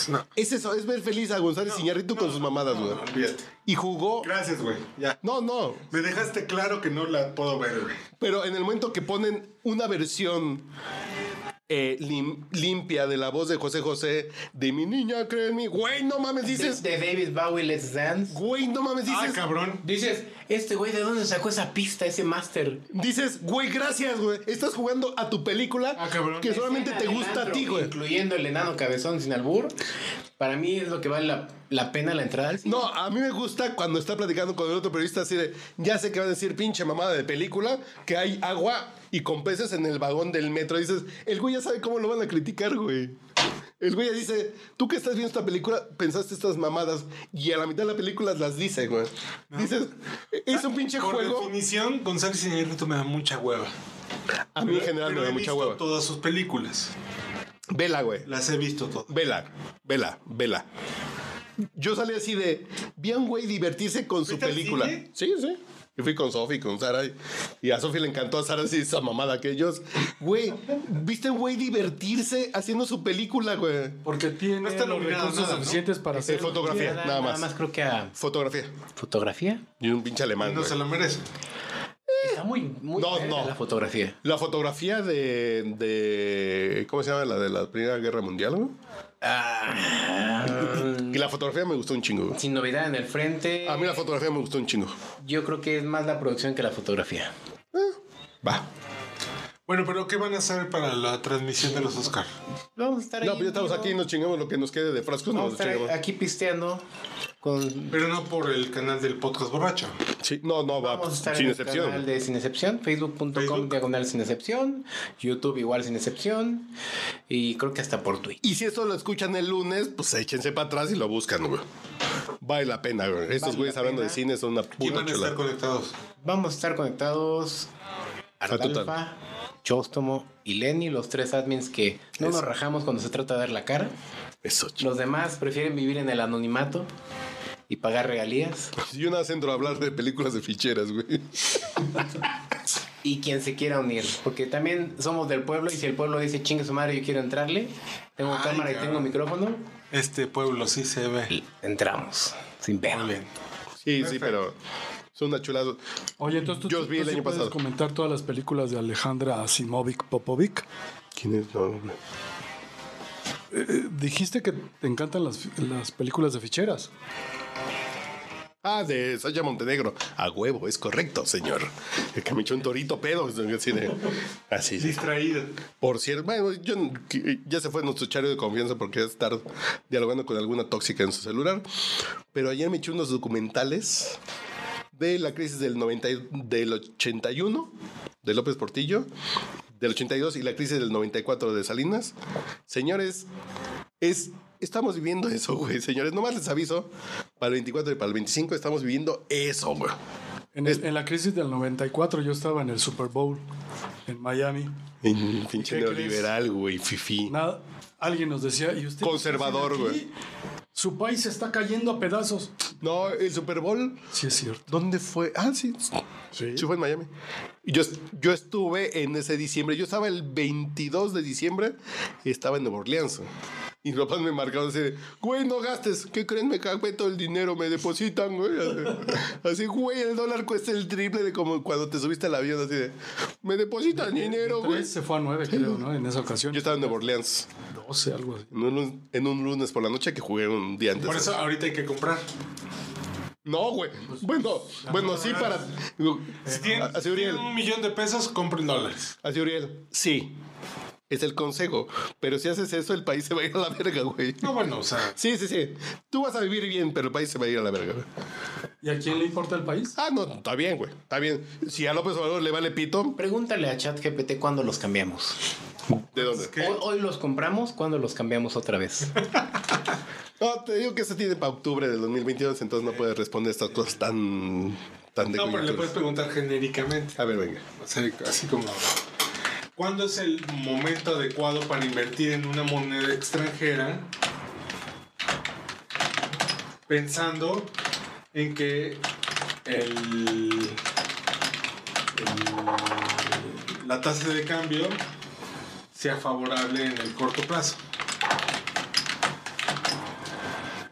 no. Es eso, es ver feliz a González Iñárritu con sus mamadas, güey. Olvídate. y jugó. Gracias, güey. Ya. No, no. Me dejaste claro que no la puedo ver, güey. Pero en el momento que ponen una versión eh, lim- limpia de la voz de José José, de mi niña, cree en mí, güey, no mames, dices. De, de David Bowie, Let's Dance. Güey, no mames, dices. Ah, cabrón. Dices, este güey, ¿de dónde sacó esa pista, ese máster? Dices, güey, gracias, güey. Estás jugando a tu película Ah, cabrón. que solamente te gusta a ti, güey. Incluyendo el enano cabezón sin albur. Para mí es lo que vale la, la pena la entrada al cine. No, a mí me gusta cuando está platicando con el otro periodista así de, ya sé que van a decir pinche mamada de película, que hay agua y con peces en el vagón del metro. Dices, el güey ya sabe cómo lo van a criticar, güey. El güey ya dice, tú que estás viendo esta película, pensaste estas mamadas y a la mitad de la película las dice, güey. Dices, es un pinche Por juego. definición, González Iñárritu me da mucha hueva. A mí en general me Pero da he mucha visto hueva. todas sus películas. Vela, güey. Las he visto todas. Vela, vela, vela. Yo salí así de, vi a un güey divertirse con su ¿Fuiste al película. cine? Sí, sí. Yo fui con Sofi, con Sara, y- y a Sofi le encantó a Sara así esa mamada que ellos. Güey, ¿viste a un güey divertirse haciendo su película, güey? Porque tiene está los nominado recursos nada, ¿no? suficientes para Eh, hacer. fotografía, Nada, nada más. más creo que a Fotografía. fotografía. Y un pinche alemán, Ah, No güey. se lo merece. Está muy, muy No, verga no. la fotografía. La fotografía de, de- ¿Cómo se llama? La de la Primera Guerra Mundial, güey. Y la fotografía me gustó un chingo, güey. sin novedad en el frente. A mí la fotografía me gustó un chingo. Yo creo que es más la producción que la fotografía. Va. Bueno, pero ¿qué van a hacer para la transmisión de los Oscar? Vamos a estar No, ahí pues ya estamos en vivo. aquí y nos chingamos lo que nos quede de frascos. Vamos a Nos estar chingamos. aquí pisteando con Pero no por el canal del podcast borracho. Sí, no, no, va. Vamos a estar sin en excepción. el canal de Sin Excepción, facebook.com Facebook. diagonal Sin Excepción, YouTube igual Sin Excepción y creo que hasta por Twitch. Y si esto lo escuchan el lunes, pues échense para atrás y lo buscan, güey. Vale la pena, güey. Estos Vale güeyes la hablando de pena. cine son una ¿Quién puta van a estar chula. conectados? Vamos a estar conectados Ah, total. Alfa, Chóstomo y Lenny, los tres admins que no Eso. nos rajamos cuando se trata de dar la cara. Eso, chula. Los demás prefieren vivir en el anonimato y pagar regalías. Yo nada más entro a hablar de películas de ficheras, güey. y quien se quiera unir, porque también somos del pueblo y si el pueblo dice chingue su madre, yo quiero entrarle, tengo Ay, cámara y cabrón. tengo micrófono, Este pueblo sí se ve. y entramos sin pena. Muy bien. Sí, sí, pero son una chulada. Oye, entonces tú, Yo tú vi el sí año puedes pasado. comentar todas las películas de Alejandra Asimovic Popovic. ¿Quién es? No, güey. Eh, dijiste que te encantan las, las películas de ficheras. Ah, de Sasha Montenegro. A huevo, es correcto, señor. El que me echó un torito pedo. Así, de, así sí. Distraído. Por cierto, bueno, yo, eh, ya se fue nuestro chario de confianza porque es estar dialogando con alguna tóxica en su celular. Pero ayer me eché unos documentales de la crisis del, 90, y- del 81 de López Portillo, del 82 y la crisis del 94 de Salinas. Señores, es, estamos viviendo eso, güey. Señores, nomás les aviso, para el 24 y para el 25 estamos viviendo eso, güey. En, el- en la crisis del 94 yo estaba en el Super Bowl en Miami. En Pinche ¿Y qué crees? neoliberal, güey, fifi. Nada, alguien nos decía, ¿y usted? Conservador, qué hacen aquí? güey. Su país se está cayendo a pedazos. No, el Super Bowl Sí, es cierto. ¿Dónde fue? Ah, sí. Sí. fue en Miami. Y Yo, est- yo estuve en ese diciembre. Yo estaba el 22 de diciembre y estaba en Nueva Orleans. Y los papás me marcaron así, de, güey, no gastes. ¿Qué creen? Me cagué todo el dinero, me depositan, güey. Así, güey, el dólar cuesta el triple de como cuando te subiste al avión, así de, me depositan dinero, De güey. tres se fue a nueve, creo, ¿no? En esa ocasión. Yo estaba en Nueva Orleans, 12, algo así. en un, lun- en un lunes por la noche que jugué un día antes. Por eso ahorita hay que comprar. No, güey. Bueno, bueno, sí para... Si tienen, Ah, Así, si tienen Uriel. un millón de pesos, compren dólares. Así, Uriel. Sí. Es el consejo. Pero si haces eso, el país se va a ir a la verga, güey. No, bueno, o sea, Sí, sí, sí. Tú vas a vivir bien, pero el país se va a ir a la verga. güey. ¿Y a quién le importa el país? Ah, no, está bien, güey. Está bien. Si a López Obrador le vale pito, Pregúntale a ChatGPT cuándo los cambiamos. ¿de dónde? Hoy, hoy los compramos, ¿cuándo los cambiamos otra vez? No, te digo que se tiene para octubre del 2022, entonces no puedes responder estas cosas tan... tan de no, pero le coyuntura. puedes preguntar genéricamente. A ver, venga. O sea, así como. ¿Cuándo es el momento adecuado para invertir en una moneda extranjera? Pensando en que el- el- la tasa de cambio sea favorable en el corto plazo.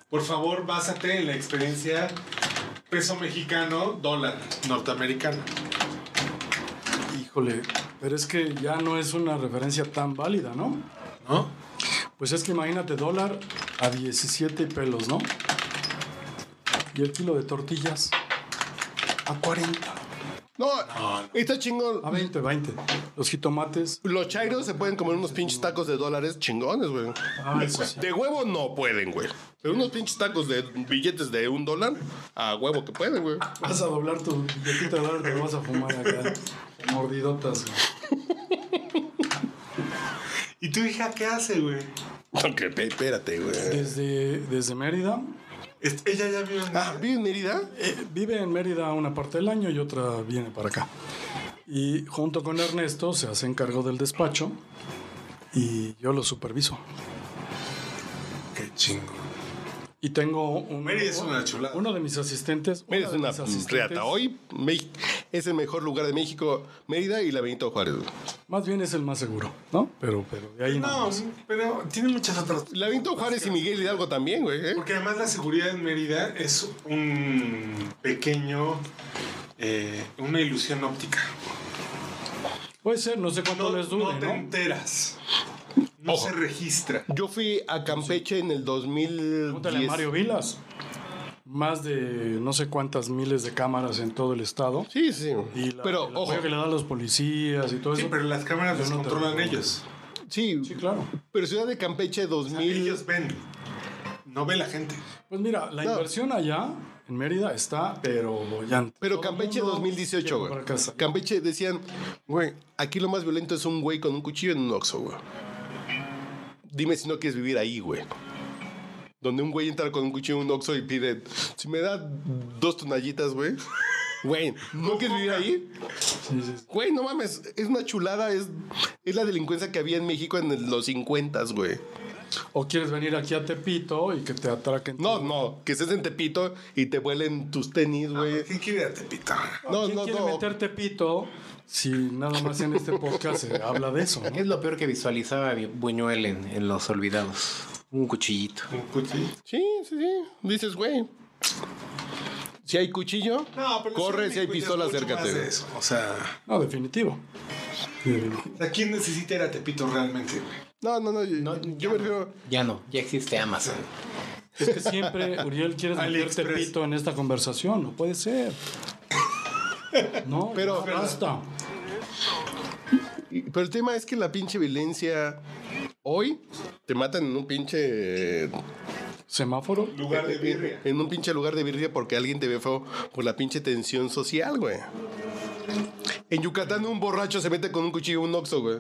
Por favor, básate en la experiencia peso mexicano, dólar norteamericano. Híjole, pero es que ya no es una referencia tan válida, ¿no? ¿No? Pues es que imagínate dólar a 17 pelos, ¿no? Y el kilo de tortillas a 40. No, está chingón. A 20, 20. Los jitomates. Los chairos se pueden comer unos pinches tacos de dólares chingones, güey. Ah, eso sí. De huevo no pueden, güey. Pero unos pinches tacos de billetes de un dólar, a huevo que pueden, güey. Vas a doblar tu billetito de dólar, te lo vas a fumar acá. Mordidotas. güey. ¿Y tu hija qué hace, güey? [LAUGHS] Ok, pe- espérate, güey. Desde, desde Mérida. Eh, ¿Ella ya vive en Mérida? Ah, ¿Vive en Mérida? vive en Mérida una parte del año y otra viene para acá. Y junto con Ernesto se hace encargo del despacho y yo lo superviso. Qué chingo. Y tengo un, Mérida es una chulada. uno de mis asistentes. Mira, es de una mis asistentes- reata. Hoy Mex- es el mejor lugar de México, Mérida y la Benito Juárez. güey. Más bien es el más seguro, ¿no? Pero, pero de ahí no. No, pero tiene muchas otras. La Benito Juárez y Miguel Hidalgo también, güey. ¿eh? Porque además la seguridad en Mérida es un pequeño. eh, una ilusión óptica. Puede ser, no sé cuánto les dure, No te ¿no? enteras. No Ojo. se registra. Yo fui a Campeche en el 2010. Pregúntale a Mario Vilas. Más de no sé cuántas miles de cámaras en todo el estado. Sí, sí. Y la, Pero, el apoyo ojo. que le dan los policías y todo Sí, eso. pero las cámaras Yo las no te controlan recuerdo. ellos. Sí, Sí, claro. pero Ciudad de Campeche 2000. Ellos ven. No ve la gente. Pues mira, la No. inversión allá en Mérida está, pero bollante. Pero Todo el Campeche mundo 2018, quiere güey. comprar casa. Campeche decían, güey, aquí lo más violento es un güey con un cuchillo en un oxo, güey. Dime si no quieres vivir ahí, güey. Donde un güey entra con un cuchillo en un oxo y pide, si me da dos tonallitas, güey. Güey, ¿no quieres vivir ahí? Sí, sí, sí. Güey, no mames, es una chulada, es, es la delincuencia que había en México en el- los 50, güey. O quieres venir aquí a Tepito y que te atraquen. No, no, que estés en Tepito y te vuelen tus tenis, güey. ¿Quién quiere a Tepita? No, ¿Quién no, Ah, quiere no. meter Tepito si nada más en este podcast se habla de [LAUGHS] eso? ¿no? Es lo peor que visualizaba Buñuel en, en Los Olvidados. Un cuchillito. ¿Un cuchillo? Sí, sí, sí. Dices, güey. Si hay cuchillo, No, pero corre. los Si hay Olímpicos pistola, es mucho acércate. más de güey. eso, O sea, No, definitivo. o sea, ¿quién necesita ir a Tepito realmente, güey? No, no, no. Yo, yo me refiero. Ya no, ya existe Amazon. Es que siempre, Uriel, quieres meter AliExpress. Tepito en esta conversación. No puede ser. No, Pero- pero basta. y- Pero el tema es que la pinche violencia. Hoy te matan en un pinche. Semáforo. Lugar de birria. En un pinche lugar de birria porque alguien te ve feo por la pinche tensión social, güey. En Yucatán un borracho se mete con un cuchillo, un oxo, güey.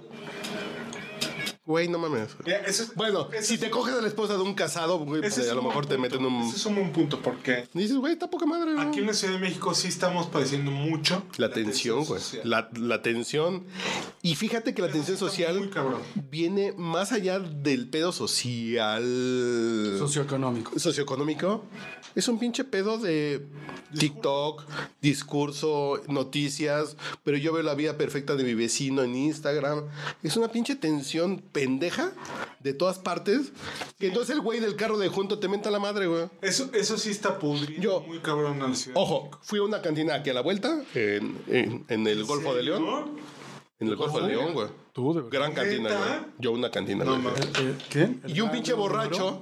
Güey, no mames. Mira, eso es- Bueno, eso si es- te coges a la esposa de un casado, güey, ese pues, es a lo un mejor buen te punto, meten un. Ese es un buen punto porque Dices, güey, está poca madre, güey. aquí en la Ciudad de México sí estamos padeciendo mucho. La tensión, güey. social. La, la tensión. Y fíjate que la tensión está muy social cabrón. viene más allá del pedo social. Socioeconómico. socioeconómico. Es un pinche pedo de TikTok, discurso, noticias. Pero yo veo la vida perfecta de mi vecino en Instagram. Es una pinche tensión pendeja de todas partes. Que entonces el güey del carro de junto te menta la madre, güey. Eso, eso sí está pudrido. Yo- muy cabrón a la ciudad. Ojo, fui a una cantina aquí a la vuelta, en, en- en el Golfo de León. ¿No? En el Golfo de León, güey. Tú, de verdad. Gran cantina, ¿Neta? güey. Yo una cantina, No, güey. mames. Eh, ¿Qué? Y un pinche borracho.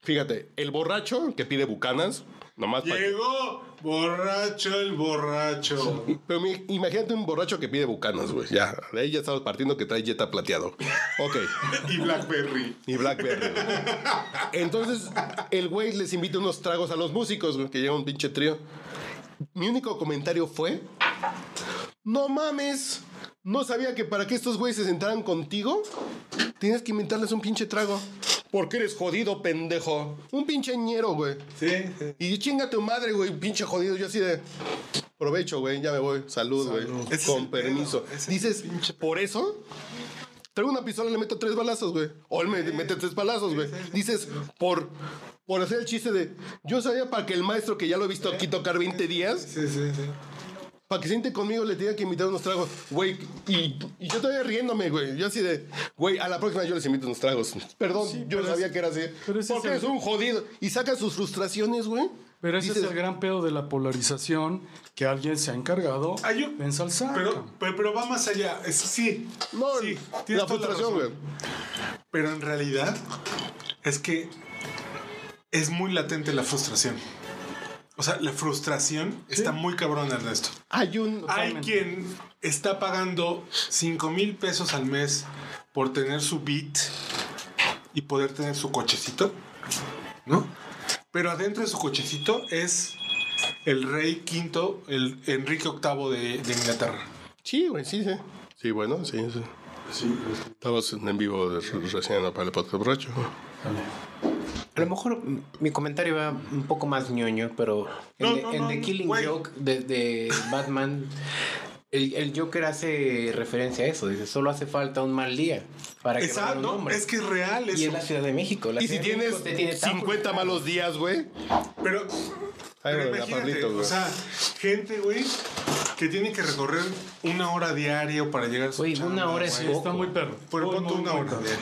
Fíjate, el borracho que pide bucanas, nomás para... Llegó borracho el borracho. Pero mi- imagínate un borracho que pide bucanas, güey. Ya, de ahí ya estamos partiendo que trae Jetta plateado. [LAUGHS] Ok. Y Blackberry. Y Blackberry. güey. Entonces, el güey les invita unos tragos a los músicos, güey, que llega un pinche trío. Mi único comentario fue: No mames, no sabía que para que estos güeyes se sentaran contigo, tienes que inventarles un pinche trago. Porque eres jodido, pendejo. Un pinche ñero, güey. Sí, Y chinga tu madre, güey, pinche jodido. Yo así de. Provecho, güey, ya me voy. Salud, güey. Con permiso. Dices, por eso. Traigo una pistola y le meto tres balazos, güey. O él me mete tres balazos, güey. Dices, por, por hacer el chiste de. Yo sabía para que el maestro que ya lo he visto aquí tocar 20 días. Sí, sí, sí. Para que siente conmigo le tenga que invitar unos tragos. Güey, y, y yo todavía riéndome, güey. Yo así de, güey, a la próxima yo les invito unos tragos. Perdón, yo sabía que era así. Porque es un jodido. Y saca sus frustraciones, güey. Pero ese Dices- es el gran pedo de la polarización que alguien se ha encargado de ensalzar. Pero, pero, pero va más allá. Eso sí. No, tienes toda la frustración, razón. Pero en realidad es que es muy latente la frustración. O sea, la frustración está muy cabrón, Ernesto. Hay un. Hay quien está pagando 5 mil pesos al mes por tener su beat y poder tener su cochecito, ¿no? Pero adentro de su cochecito es el rey quinto, el Enrique VIII de, de Inglaterra. Sí, güey, sí, sí. Sí, bueno, sí, sí. Estamos en vivo de- recién para el podcast borracho. A lo mejor mm, mi comentario va un poco más ñoño, pero en, No, The- no, en no, The Killing Joke de, de Batman, el, el Joker hace referencia a eso. Dice, solo hace falta un mal día para que Exacto, valga un hombre". es que es real Y eso. es la Ciudad de México. La Y si Ciudad de México te tienes tiene tan 50 malos días, güey. Pero. Ahí Pero va, imagínate, Pablito, güey. o sea, gente, güey, que tiene que recorrer una hora diaria para llegar a su Güey, una hora es poco. Está muy perro. Por punto, una hora diaria.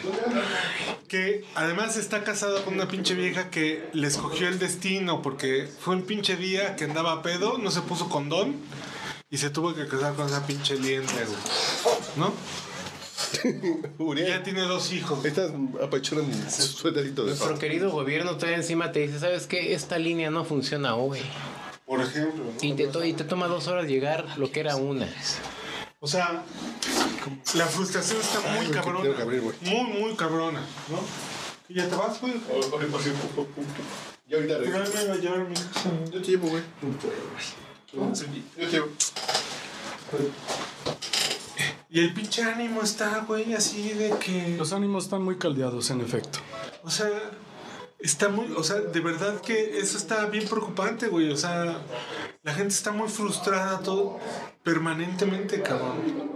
Que además está casada con una pinche vieja que le escogió el destino porque fue un pinche día que andaba a pedo, no se puso condón y se tuvo que casar con esa pinche liente, güey. ¿No? Ya tiene dos hijos. Estás apachurando su suéterito de Nuestro paz. querido gobierno todavía encima te dice, ¿sabes qué? Esta línea no funciona hoy. Por ejemplo. Y te, to- y te toma dos horas llegar lo que era una. O sea, la frustración está muy cabrona. Muy, muy cabrona, ¿no? ¿Y ya te vas, güey? Yo ahorita regreso. regreso. Yo te llevo, güey. Yo te llevo. Y el pinche ánimo está, güey, así de que. Los ánimos están muy caldeados, en efecto. O sea, está muy. O sea, de verdad que eso está bien preocupante, güey. O sea, la gente está muy frustrada todo permanentemente, cabrón.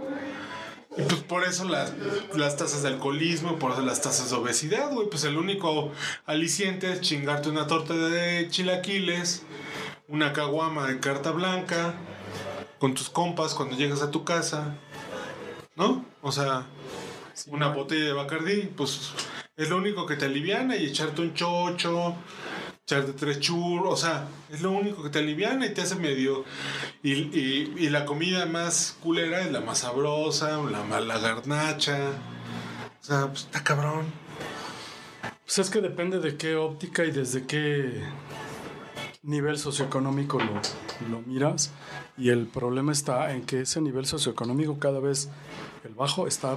Y pues por eso las, las tasas de alcoholismo, por eso las tasas de obesidad, güey. Pues el único aliciente es chingarte una torta de chilaquiles, una caguama de carta blanca, con tus compas cuando llegas a tu casa, ¿no? O sea, una botella de Bacardí, pues es lo único que te aliviana y echarte un chocho, echarte tres churros, o sea, es lo único que te aliviana y te hace medio. Y, y- y la comida más culera es la más sabrosa, la más la garnacha. O sea, pues está cabrón. Pues es que depende de qué óptica y desde qué nivel socioeconómico lo, lo miras. Y el problema está en que ese nivel socioeconómico cada vez, el bajo, está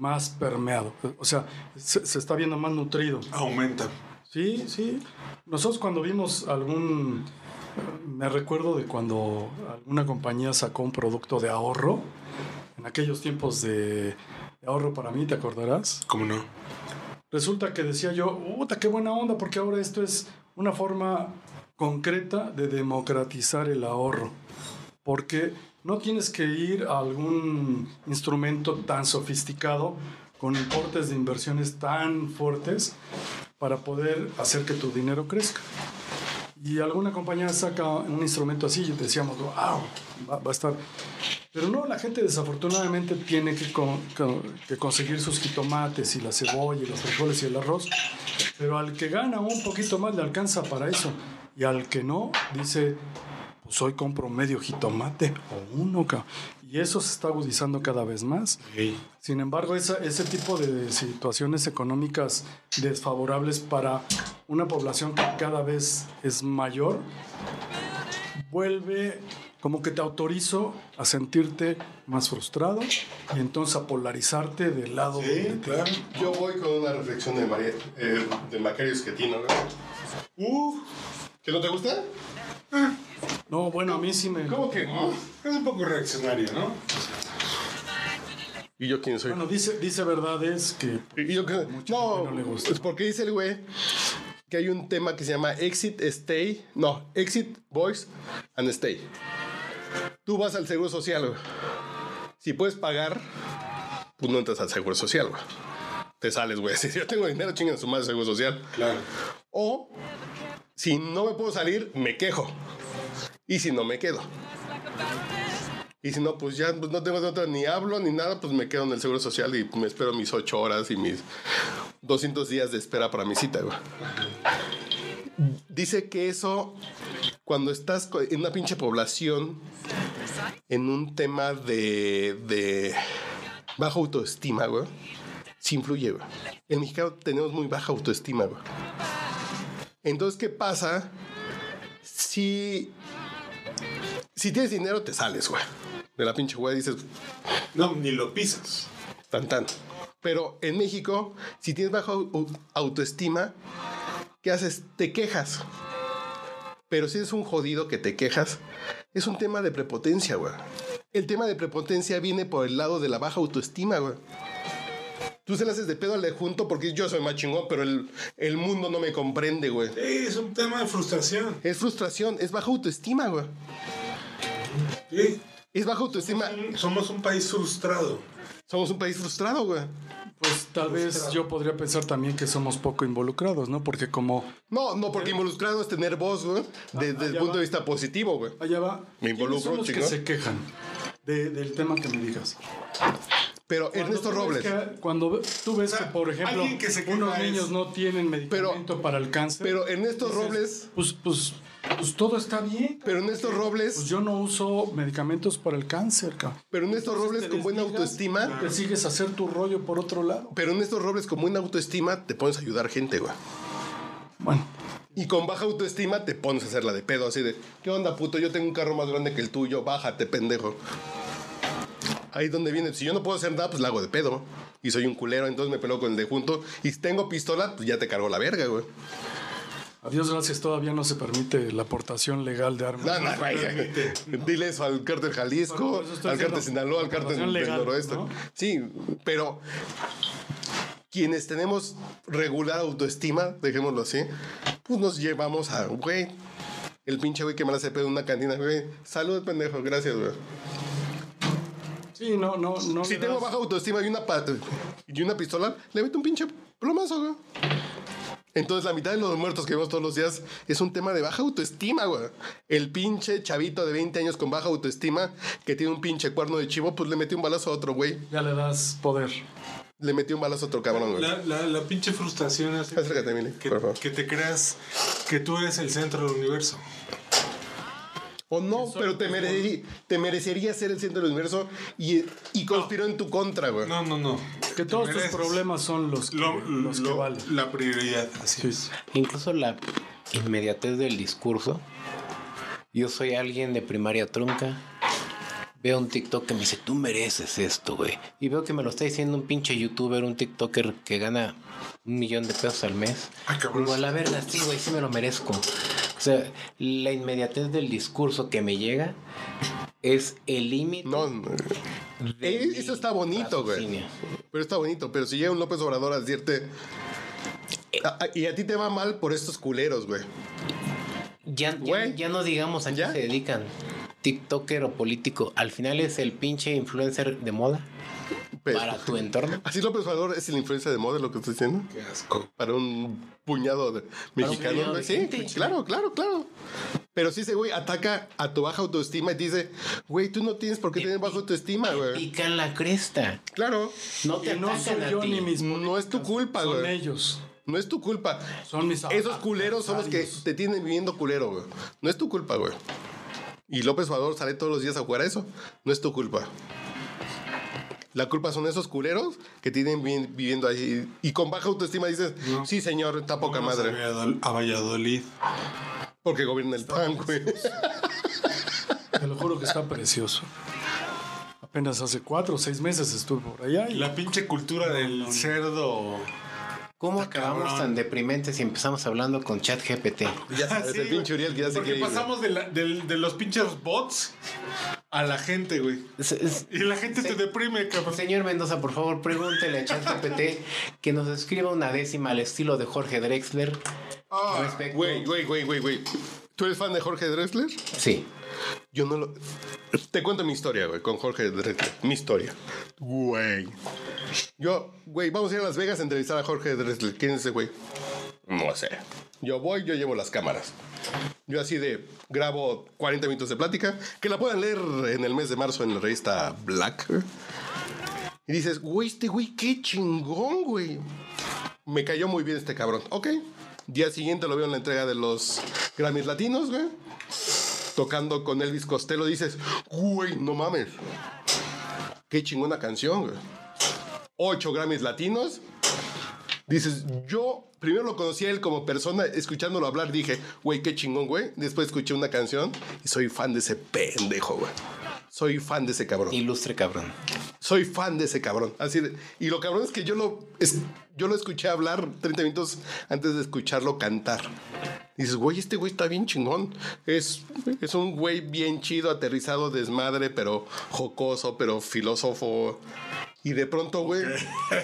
más permeado. O sea, se, se está viendo más nutrido. Aumenta. Sí, sí. Nosotros cuando vimos algún... Me recuerdo de cuando alguna compañía sacó un producto de ahorro, en aquellos tiempos de ahorro para mí, ¿te acordarás? ¿Cómo no? Resulta que decía yo, puta, qué buena onda, porque ahora esto es una forma concreta de democratizar el ahorro. Porque no tienes que ir a algún instrumento tan sofisticado, con importes de inversiones tan fuertes, para poder hacer que tu dinero crezca. Y alguna compañía saca un instrumento así y decíamos, wow, va, va a estar. Pero no, la gente desafortunadamente tiene que, con- con- que conseguir sus jitomates y la cebolla y los frijoles y el arroz. Pero al que gana un poquito más le alcanza para eso. Y al que no, dice, pues hoy compro medio jitomate o uno. ca-". Y eso se está agudizando cada vez más. Sin embargo, esa- ese tipo de situaciones económicas desfavorables para una población que cada vez es mayor, vuelve como que te autorizo a sentirte más frustrado y entonces a polarizarte del lado donde te- Yo voy con una reflexión de, María, eh, de Macario Esquetino, güey. Uh, ¿Que no te gusta? No, bueno, a mí sí me... ¿Cómo que no? Es un poco reaccionario, ¿no? ¿Y yo quién soy? Bueno, dice, dice verdades que. ¿Y yo qué? No, es porque dice el güey que hay un tema que se llama Exit, Stay. No, Exit, Voice and Stay. Tú vas al seguro social, güey. Si puedes pagar, pues no entras al seguro social, güey. Te sales, güey. [LAUGHS] Si yo tengo dinero, chingan su madre seguro social. Claro. O si no me puedo salir, me quejo. Y si no me quedo. Y si no, pues ya pues no tengo de otra, ni hablo ni nada, pues me quedo en el seguro social y me espero mis ocho horas y mis 200 días de espera para mi cita, güey. Dice que eso, cuando estás co- en una pinche población, en un tema de, de baja autoestima, güey, sí influye, güey. En México tenemos muy baja autoestima, güey. Entonces, ¿qué pasa? Si, si tienes dinero, te sales, güey. De la pinche güey dices... No, ni lo pisas. Tan, tan. Pero en México, si tienes baja au- autoestima, ¿qué haces? Te quejas. Pero si eres un jodido que te quejas, es un tema de prepotencia, güey. El tema de prepotencia viene por el lado de la baja autoestima, güey. Tú se la haces de pedo al de junto porque yo soy más chingón, pero el, el mundo no me comprende, güey. Sí, es un tema de frustración. Es frustración, es baja autoestima, güey. Sí. Es baja autoestima. Somos un, somos un país frustrado. Somos un país frustrado, güey. Pues tal vez yo podría pensar también que somos poco involucrados, ¿no? Porque como. No, no, porque involucrado es tener voz, güey. Ah, Desde el punto de vista positivo, güey. Allá va. Me involucro, ¿Quiénes son los que chingón. se quejan de- del tema que me digas. Pero Ernesto Robles. cuando ve- tú ves que, por ejemplo, alguien que se queja unos es- niños no tienen medicamento para el cáncer. Pero Ernesto Robles. Pues, pues, pues todo está bien. Pero Ernesto Robles. Pues yo no uso medicamentos para el cáncer, cabrón. Pero Ernesto Robles con buena autoestima. Te sigues a hacer tu rollo por otro lado. Pero Ernesto Robles con buena autoestima te pones a ayudar gente, güey. Bueno. Y con baja autoestima te pones a hacerla de pedo, así de, ¿qué onda, puto? Yo tengo un carro más grande que el tuyo, bájate, pendejo. Ahí es donde viene, si yo no puedo hacer nada, pues la hago de pedo. Y soy un culero, entonces me peleo con el de junto. Y si tengo pistola, pues ya te cargo la verga, güey. A Dios gracias, todavía no se permite la aportación legal de armas. No, no, güey. Dile eso al cártel Jalisco, estoy al cártel diciendo, Sinaloa, al cártel del información legal, noroeste. ¿no? Sí, pero quienes tenemos regular autoestima, dejémoslo así, pues nos llevamos a, güey, el pinche güey que me la hace pedo en una cantina, güey. Salud, pendejo, gracias, güey. Sí, no, no, no. Si le tengo das- baja autoestima y una, pa- y una pistola, le meto un pinche plomazo, güey. Entonces la mitad de los muertos que vemos todos los días es un tema de baja autoestima, güey. El pinche chavito de 20 años con baja autoestima que tiene un pinche cuerno de chivo, pues le metió un balazo a otro, güey. Ya le das poder. Le metió un balazo a otro cabrón, güey. La, la- la pinche frustración hace que- que, que te creas que tú eres el centro del universo. O no, pero te, merecería, te merecería ser el centro del universo y, y conspiró en tu contra, güey. No, no, no. Que todos tus problemas son los que, los que valen. La prioridad, así es. Incluso la inmediatez del discurso. Yo soy alguien de primaria trunca. Veo un TikTok que me dice, tú mereces esto, güey. Y veo que me lo está diciendo un pinche youtuber, un TikToker que gana un millón de pesos al mes. Digo, a la verga, sí, güey, sí me lo merezco. O sea, la inmediatez del discurso que me llega es el límite. Eh, Eso está bonito, güey. Pero está bonito. Pero si llega un López Obrador a decirte. "A- a- y a ti te va mal por estos culeros, güey. Ya, ya, ya no digamos a qué se dedican. TikToker o político. Al final es el pinche influencer de moda. Pues, Para tu entorno. Así López Obrador es la influencia de moda, lo que estoy diciendo. Qué asco. Para un puñado de mexicanos, puñado güey. de Sí, gente. claro, claro, claro. Pero si ese güey ataca a tu baja autoestima y dice, güey, tú no tienes por qué tener baja autoestima, güey. Pican la cresta. Claro. No te Y no atacan soy a yo ti. ni mis No es tu culpa, Son güey. ellos. No es tu culpa. Son mis Esos culeros son los que te tienen viviendo culero, güey. No es tu culpa, güey. Y López Obrador sale todos los días a jugar a eso. No es tu culpa. La culpa son esos culeros que tienen vi- viviendo ahí. Y con baja autoestima dices, sí, señor, está poca Vamos madre. a Valladol- A Valladolid. Porque gobierna el pan, güey. [LAUGHS] Te lo juro que está precioso. Apenas hace cuatro o seis meses estuve por allá. Y... La pinche cultura del cerdo. Ah, ¿Cómo acabamos tan deprimentes si empezamos hablando con ChatGPT? Ya sabes, el pinche Uriel que ya se Porque quiere ir, güey. pasamos de, la- del- de los pinches bots a la gente, güey. Y la gente te deprime, cabrón. Señor Mendoza, por favor, pregúntele a ChatGPT que nos escriba una décima al estilo de Jorge Drexler. Ah, güey, güey, güey, güey, güey. ¿Tú eres fan de Jorge Drexler? Sí. Yo no lo. Te cuento mi historia, güey, con Jorge Drexler. Mi historia. Güey. Yo, güey, vamos a ir a Las Vegas a entrevistar a Jorge Drexler. ¿Quién es ese güey? No sé. Yo voy, yo llevo las cámaras. Yo así de grabo 40 minutos de plática, que la puedan leer en el mes de marzo en la revista Black. Y dices, güey, este güey, qué chingón, güey. Me cayó muy bien este cabrón. Ok. Día siguiente lo veo en la entrega de los Grammys Latinos, güey. Tocando con Elvis Costello, dices, güey, no mames. Qué chingona canción, güey. Ocho Grammys Latinos. Dices, yo primero lo conocí a él como persona, escuchándolo hablar, dije, güey, qué chingón, güey. Después escuché una canción y soy fan de ese pendejo, güey. Soy fan de ese cabrón. Ilustre cabrón. Soy fan de ese cabrón. Así de- y lo cabrón es que yo lo, es- yo lo escuché hablar 30 minutos antes de escucharlo cantar. Dices, güey, este güey está bien chingón. Es, es un güey bien chido, aterrizado, desmadre, pero jocoso, pero filósofo. Y de pronto, güey.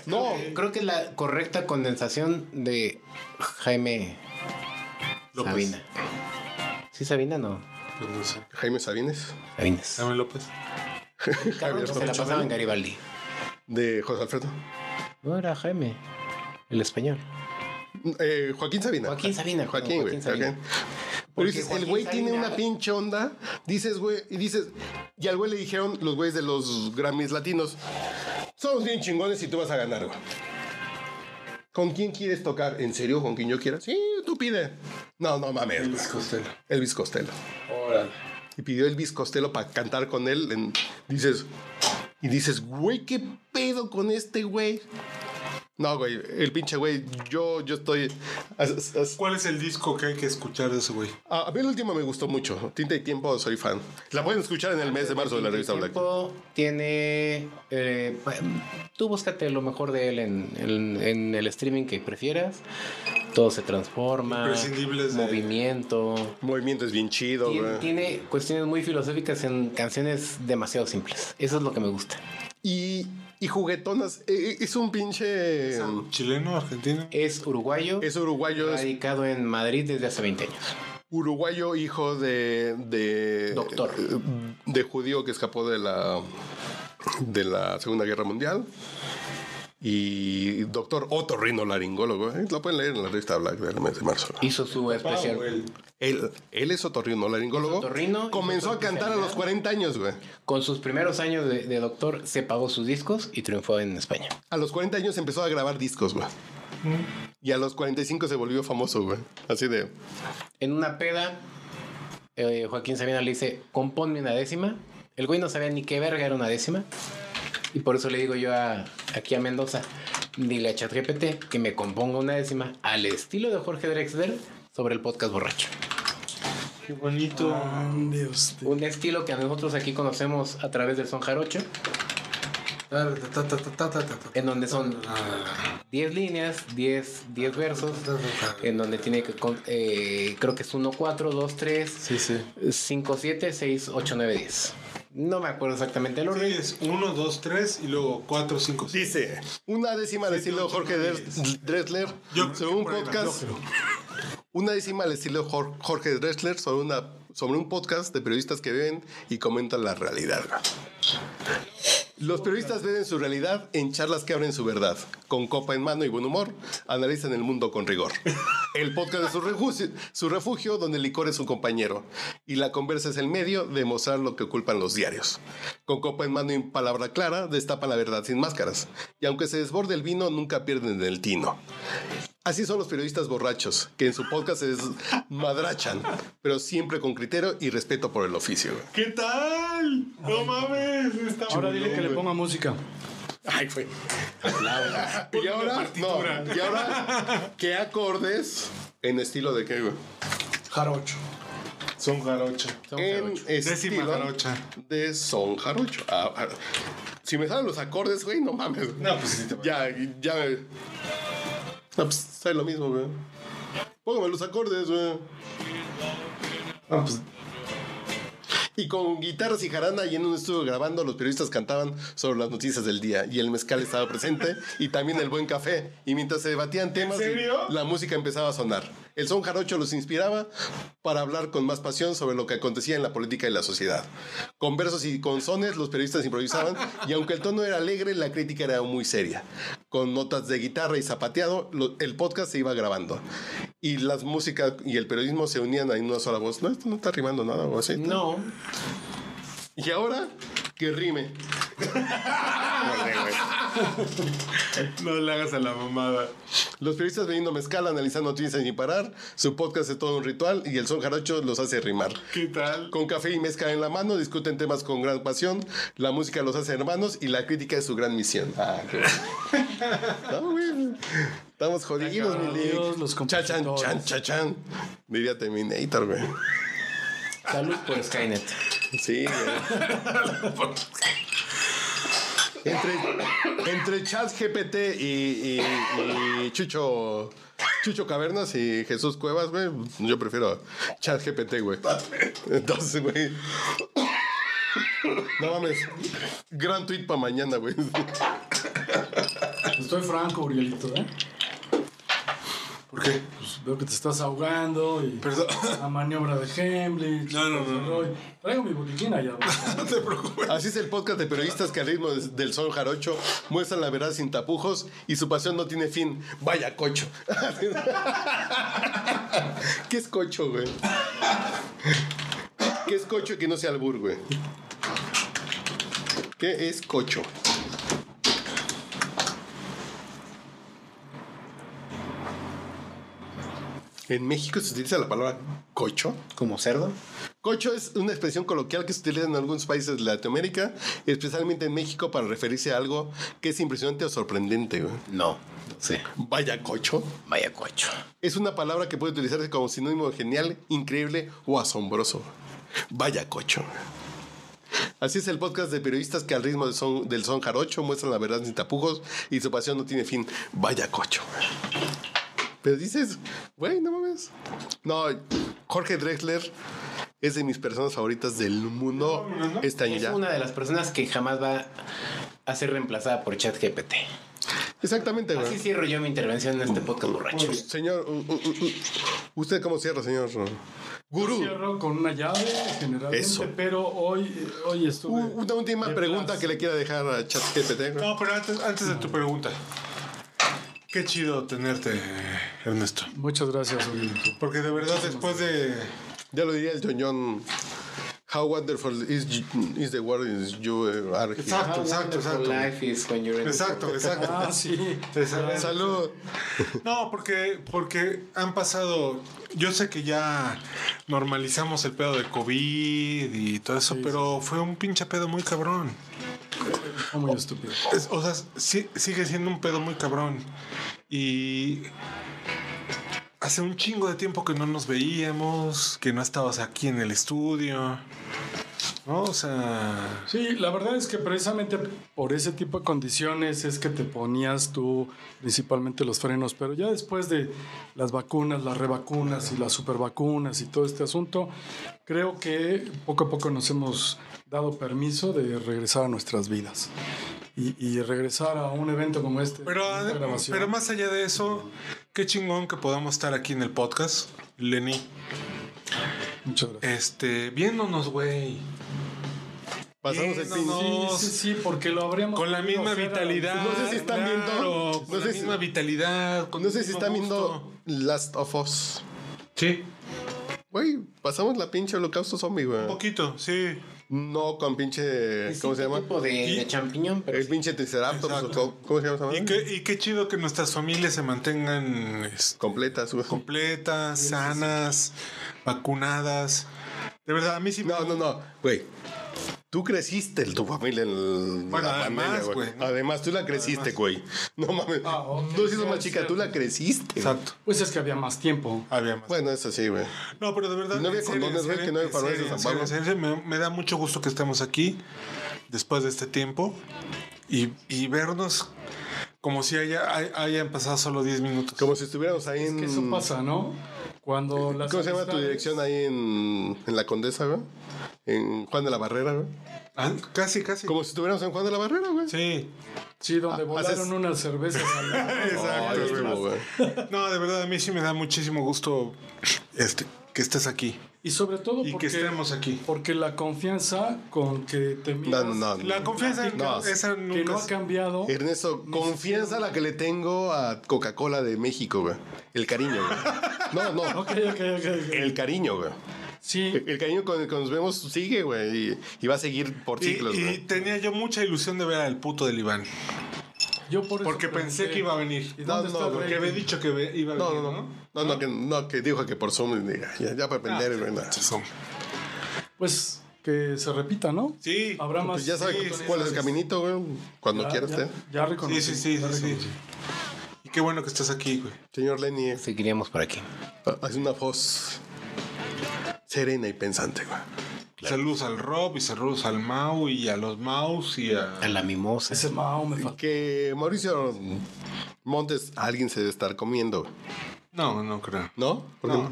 No, creo que es la correcta condensación de Jaime López. Sabina. ¿Sí Sabina no? Jaime Sabines. Sabines. Ah, Samuel López. Cabrón, que se la pasaba en Garibaldi. De José Alfredo. No era Jaime, el español. Eh, Joaquín Sabina. Joaquín Sabina. Joaquín, no, güey. Sabina. Joaquín. Pero Porque dices, el Joaquín güey tiene Sabina- una pinche onda. Dices, güey, y dices, y al güey le dijeron los güeyes de los Grammys latinos: Somos bien chingones y tú vas a ganar, güey. ¿Con quién quieres tocar? ¿En serio? ¿Con quién yo quiera? Sí, tú pide. No, no mames. Elvis Costello. Elvis Costello. Y pidió Elvis Costello para cantar con él. en- dices, y dices, güey, ¿qué pedo con este güey? No, güey, el pinche güey, yo, yo estoy... ¿Cuál es el disco que hay que escuchar de ese güey? A, a mí el último me gustó mucho, Tinta y Tiempo, soy fan. La pueden escuchar en el mes de marzo de la revista Black. Tiempo tiene. eh, pa- tú búscate lo mejor de él en, en- en el streaming que prefieras. Todo se transforma. Imprescindibles de- Movimiento. Movimiento es bien chido, Tiene, güey. tiene cuestiones muy filosóficas en canciones demasiado simples. Eso es lo que me gusta. Y, y juguetonas, eh, eh, es un pinche... ¿Chileno, argentino? Eh, Es uruguayo. Es uruguayo. es- Radicado en Madrid desde hace 20 años. Uruguayo, hijo de, de- Doctor. de judío que escapó de la de la Segunda Guerra Mundial. Y doctor otorrinolaringólogo. ¿eh? Lo pueden leer en la revista Black del mes de marzo. Hizo su Ah, especial. Él, él es otorrinolaringólogo. Torrino Comenzó a cantar a los 40 años, güey. Con sus primeros años de, de doctor se pagó sus discos y triunfó en España. A los 40 años empezó a grabar discos, güey. Y a los 45 se volvió famoso, güey. Así de... En una peda, eh, Joaquín Sabina le dice, componme una décima. El güey no sabía ni qué verga era una décima. Y por eso le digo yo a, aquí a Mendoza, dile a ChatGPT que me componga una décima al estilo de Jorge Drexler sobre el podcast borracho. Qué bonito. Un estilo que nosotros aquí conocemos a través del son jarocho, en donde son Ah, 10 líneas, 10, 10 versos, en donde tiene que, con- eh, creo que es 1, 4, 2, 3, Sí, sí. 5, 7, 6, 8, 9, 10. No me acuerdo exactamente el orden. Es 1, 2, 3 y luego 4, 5. Dice. Una décima al estilo Jorge Dres- Drexler sobre un podcast. Una décima al estilo Jor- Jorge Drexler sobre, una, sobre un podcast de periodistas que ven y comentan la realidad. Los periodistas ven su realidad en charlas que abren su verdad. Con copa en mano y buen humor, analizan el mundo con rigor. El podcast es su refugio, su refugio donde el licor es su compañero. Y la conversa es el medio de mostrar lo que oculpan los diarios. Con copa en mano y palabra clara, destapan la verdad sin máscaras. Y aunque se desborde el vino, nunca pierden el tino. Así son los periodistas borrachos, que en su podcast se madrachan, pero siempre con criterio y respeto por el oficio. güey. ¿Qué tal? No mames. Está Ahora dile que le güey. ponga música. Ay, [LAUGHS] güey. Y ahora, no, y ahora, ¿qué acordes en estilo de qué, güey? Jarocho. Son jarocho. En Décima estilo jarocha. de son jarocho. Ah, ah, si me salen los acordes, güey, no mames. No, pues sí te Ya, ya. me- No, pues sale lo mismo, güey. Póngame los acordes, güey. Ah, pues. Y con guitarras y jarana y en un estudio grabando, los periodistas cantaban sobre las noticias del día. Y el mezcal estaba presente y también el buen café. Y mientras se debatían temas, la música empezaba a sonar. El son jarocho los inspiraba para hablar con más pasión sobre lo que acontecía en la política y la sociedad. Con versos y con sones, los periodistas improvisaban y aunque el tono era alegre, la crítica era muy seria. Con notas de guitarra y zapateado, lo- el podcast se iba grabando. Y las músicas y el periodismo se unían en una sola voz. No, esto no está rimando nada o así. No. Y ahora, que rime. [LAUGHS] No le hagas a la mamada. Los periodistas veniendo mezcal, analizando noticias sin parar. Su podcast es todo un ritual y el son jarocho los hace rimar. ¿Qué tal? Con café y mezcal en la mano, discuten temas con gran pasión. La música los hace hermanos y la crítica es su gran misión. Ah, qué Estamos jodidos, mi Dios, los chan, chan, chan, chan, chan. Diría Terminator, güey. Salud por Skynet. Sí, güey. Entre, entre Chat GPT y, y- y Chucho. Chucho Cavernas y Jesús Cuevas, güey. Yo prefiero Chat GPT, güey. Entonces, güey. No mames. Gran tweet para mañana, güey. Estoy franco, Urielito, ¿eh? ¿Por qué? Pues veo que te estás ahogando y la maniobra de Hemlich. No, no, no. Traigo mi botiquín allá. Así es el podcast de periodistas que al ritmo de- del sol jarocho muestran la verdad sin tapujos y su pasión no tiene fin. Vaya cocho. [LAUGHS] ¿Qué es cocho, güey? ¿Qué es cocho que no sea albur, güey? ¿Qué es cocho? En México se utiliza la palabra cocho. ¿Como cerdo? Cocho es una expresión coloquial que se utiliza en algunos países de Latinoamérica, especialmente en México, para referirse a algo que es impresionante o sorprendente. No, sí. Vaya cocho. Vaya cocho. Es una palabra que puede utilizarse como sinónimo de genial, increíble o asombroso. Vaya cocho. Así es el podcast de periodistas que al ritmo del son, del son jarocho muestran la verdad sin tapujos y su pasión no tiene fin. Vaya cocho. Pero dices, güey, no mames. No, Jorge Drexler es de mis personas favoritas del mundo este año Es ya. una de las personas que jamás va a ser reemplazada por ChatGPT. Exactamente, güey. Así cierro yo mi intervención en este podcast borracho. Señor, u- u- u- ¿usted cómo cierra, señor? Gurú. Cierro con una llave, generalmente, Eso. Uh, pero hoy, hoy estuve... Una última pregunta que le quiera dejar a ChatGPT. No, pero antes, antes de tu pregunta. Qué chido tenerte, Ernesto. Muchas gracias, Urielito. Porque de verdad, después de. Ya lo diría el John How wonderful is, you- is the world is you are here. Exacto, How exacto, wonderful exacto. life Exacto, exacto. Ah, Exacto. Salud. No, porque, porque han pasado. Yo sé que ya normalizamos el pedo de COVID y todo eso, pero fue un pinche pedo muy cabrón. Muy estúpido. Es- o sea, sí- sigue siendo un pedo muy cabrón. Y hace un chingo de tiempo que no nos veíamos, que no estabas aquí en el estudio. ¿No? O sea. Sí, la verdad es que precisamente por ese tipo de condiciones es que te ponías tú principalmente los frenos, pero ya después de las vacunas, las revacunas y las supervacunas y todo este asunto, creo que poco a poco nos hemos dado permiso de regresar a nuestras vidas y, y regresar a un evento como este. Pero, esta ade- grabación. pero más allá de eso, qué chingón que podamos estar aquí en el podcast, Lenny. Muchas gracias. Este, viéndonos, güey. Pasamos el pin. Viéndonos. Sí, sí, sí, porque lo habríamos Con la podido misma hacer a la- vitalidad. No sé si están claro, viendo. Con No la sé si, misma vitalidad. con no el sé si mismo están gusto. viendo Last of Us. Sí. Güey, pasamos la pinche holocausto zombie, güey. Un poquito, sí. No con pinche. ¿Cómo se llama? tipo de- de champiñón, El pinche Triceratops. o co- ¿Cómo se llama esa madre? Y qué, y qué chido que nuestras familias se mantengan este, completas, completas, sanas, vacunadas. De verdad, a mí sí No, no, no, güey. Tú creciste tu familia en el- Bueno, la además, pandemia, güey. güey, Además, tú la creciste, güey. No mames. Ah, No seas más chica, tú la creciste. Exacto. Pues es que había más tiempo. Había más. Bueno, eso sí, güey. No, pero de verdad. No había en serio, condones, en güey, serio, que no había en farmacias serio, en en San serio, en serio, me, me da mucho gusto que estemos aquí después de este tiempo y, y vernos como si haya, hay- hayan pasado solo 10 minutos. Como si estuviéramos ahí en. Que eso pasa, ¿no? Cuando las Mm. ¿Cómo se llama tu amistades- dirección ahí en, en la Condesa, güey? en Juan de la Barrera, güey. Ah, casi, casi. Como si estuviéramos en Juan de la Barrera, güey. Sí. Sí, Ah, donde volaron haces- unas cervezas. al lado. [LAUGHS] Exacto, Ay, güey. ostras. No, de verdad, a mí sí me da muchísimo gusto este, que estés aquí. Y sobre todo Y porque, que estemos aquí. porque la confianza con que te miras... No, no, no. La Ah, confianza, No. esa nunca... que no ha cambiado. Ernesto, confianza la que le tengo a Coca-Cola de México, güey. El cariño, güey. No, no. El cariño, güey. Sí. El, el cariño con el que nos vemos sigue, güey. Y, y va a seguir por Y, ciclos, y güey. tenía yo mucha ilusión de ver al puto del Iván. Yo por eso Porque pensé que iba a venir. ¿Y dónde está el porque rey? había dicho que ve- iba a No, venir, no, ¿no? Ah, no. No, no, que, no, que dijo que por Zoom. y Ya, ya, ya para aprender, güey. nada. Pues que se repita, ¿no? Sí. Habrá más... Pues ya sabes oportunidades. cuál es el caminito, güey. Cuando Ya, quieras, ya, ¿eh? Ya reconocí. Sí, sí, sí, sí, sí. Y qué bueno que estás aquí, güey. Señor Lenny, Seguiremos por aquí. hace una voz serena y pensante, güey. Saludos al Rob y saludos al Mau y a los Maus y a... A la mimosa. Ese Mao me fa- Que Mauricio Montes, alguien se debe estar comiendo. No, no creo. ¿No? ¿Por qué? No.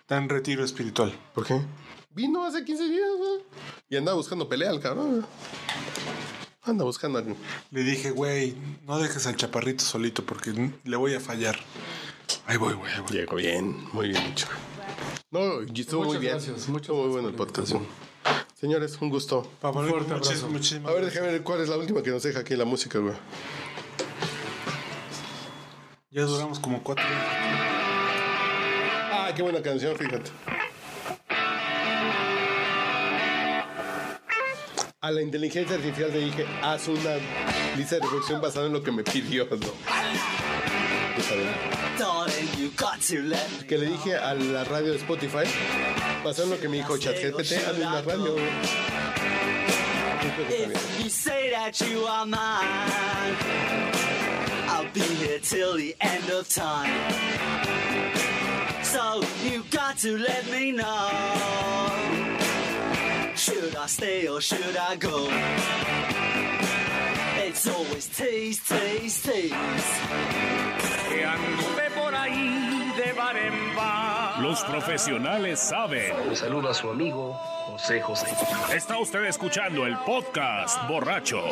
Está en retiro espiritual. ¿Por qué? Vino hace 15 días, güey. Y anda buscando pelea al cabrón, güey. Anda buscando al- Le dije, güey, no dejes al chaparrito solito porque le voy a fallar. Ahí voy, güey. ahí voy. Llegó bien, muy bien hecho. No, y estuvo muy Muchas bien. gracias, muchas estuvo muy bueno el podcast. güey. Señores, un gusto. Papá, fuerte muchis- abrazo. muchísimas A ver, déjame ver cuál es la última que nos deja aquí la música, güey. Ya duramos como cuatro horas. Ah, qué buena canción, fíjate. A la inteligencia artificial le dije, haz una lista de reproducción basada en lo que me pidió. No. Pues, Está bien. Que le dije a la radio de Spotify, basado en lo que me dijo ChatGPT, hazme una radio. güey. Yo creo que está bien. You say that you are mine. I'll be here till the end of time. So you got to let me know. Should I stay or should I go? It's always tease, tease, tease. Que anduve por ahí de bar en bar. Los profesionales saben. Le saluda su amigo José José. Está usted escuchando el podcast borracho.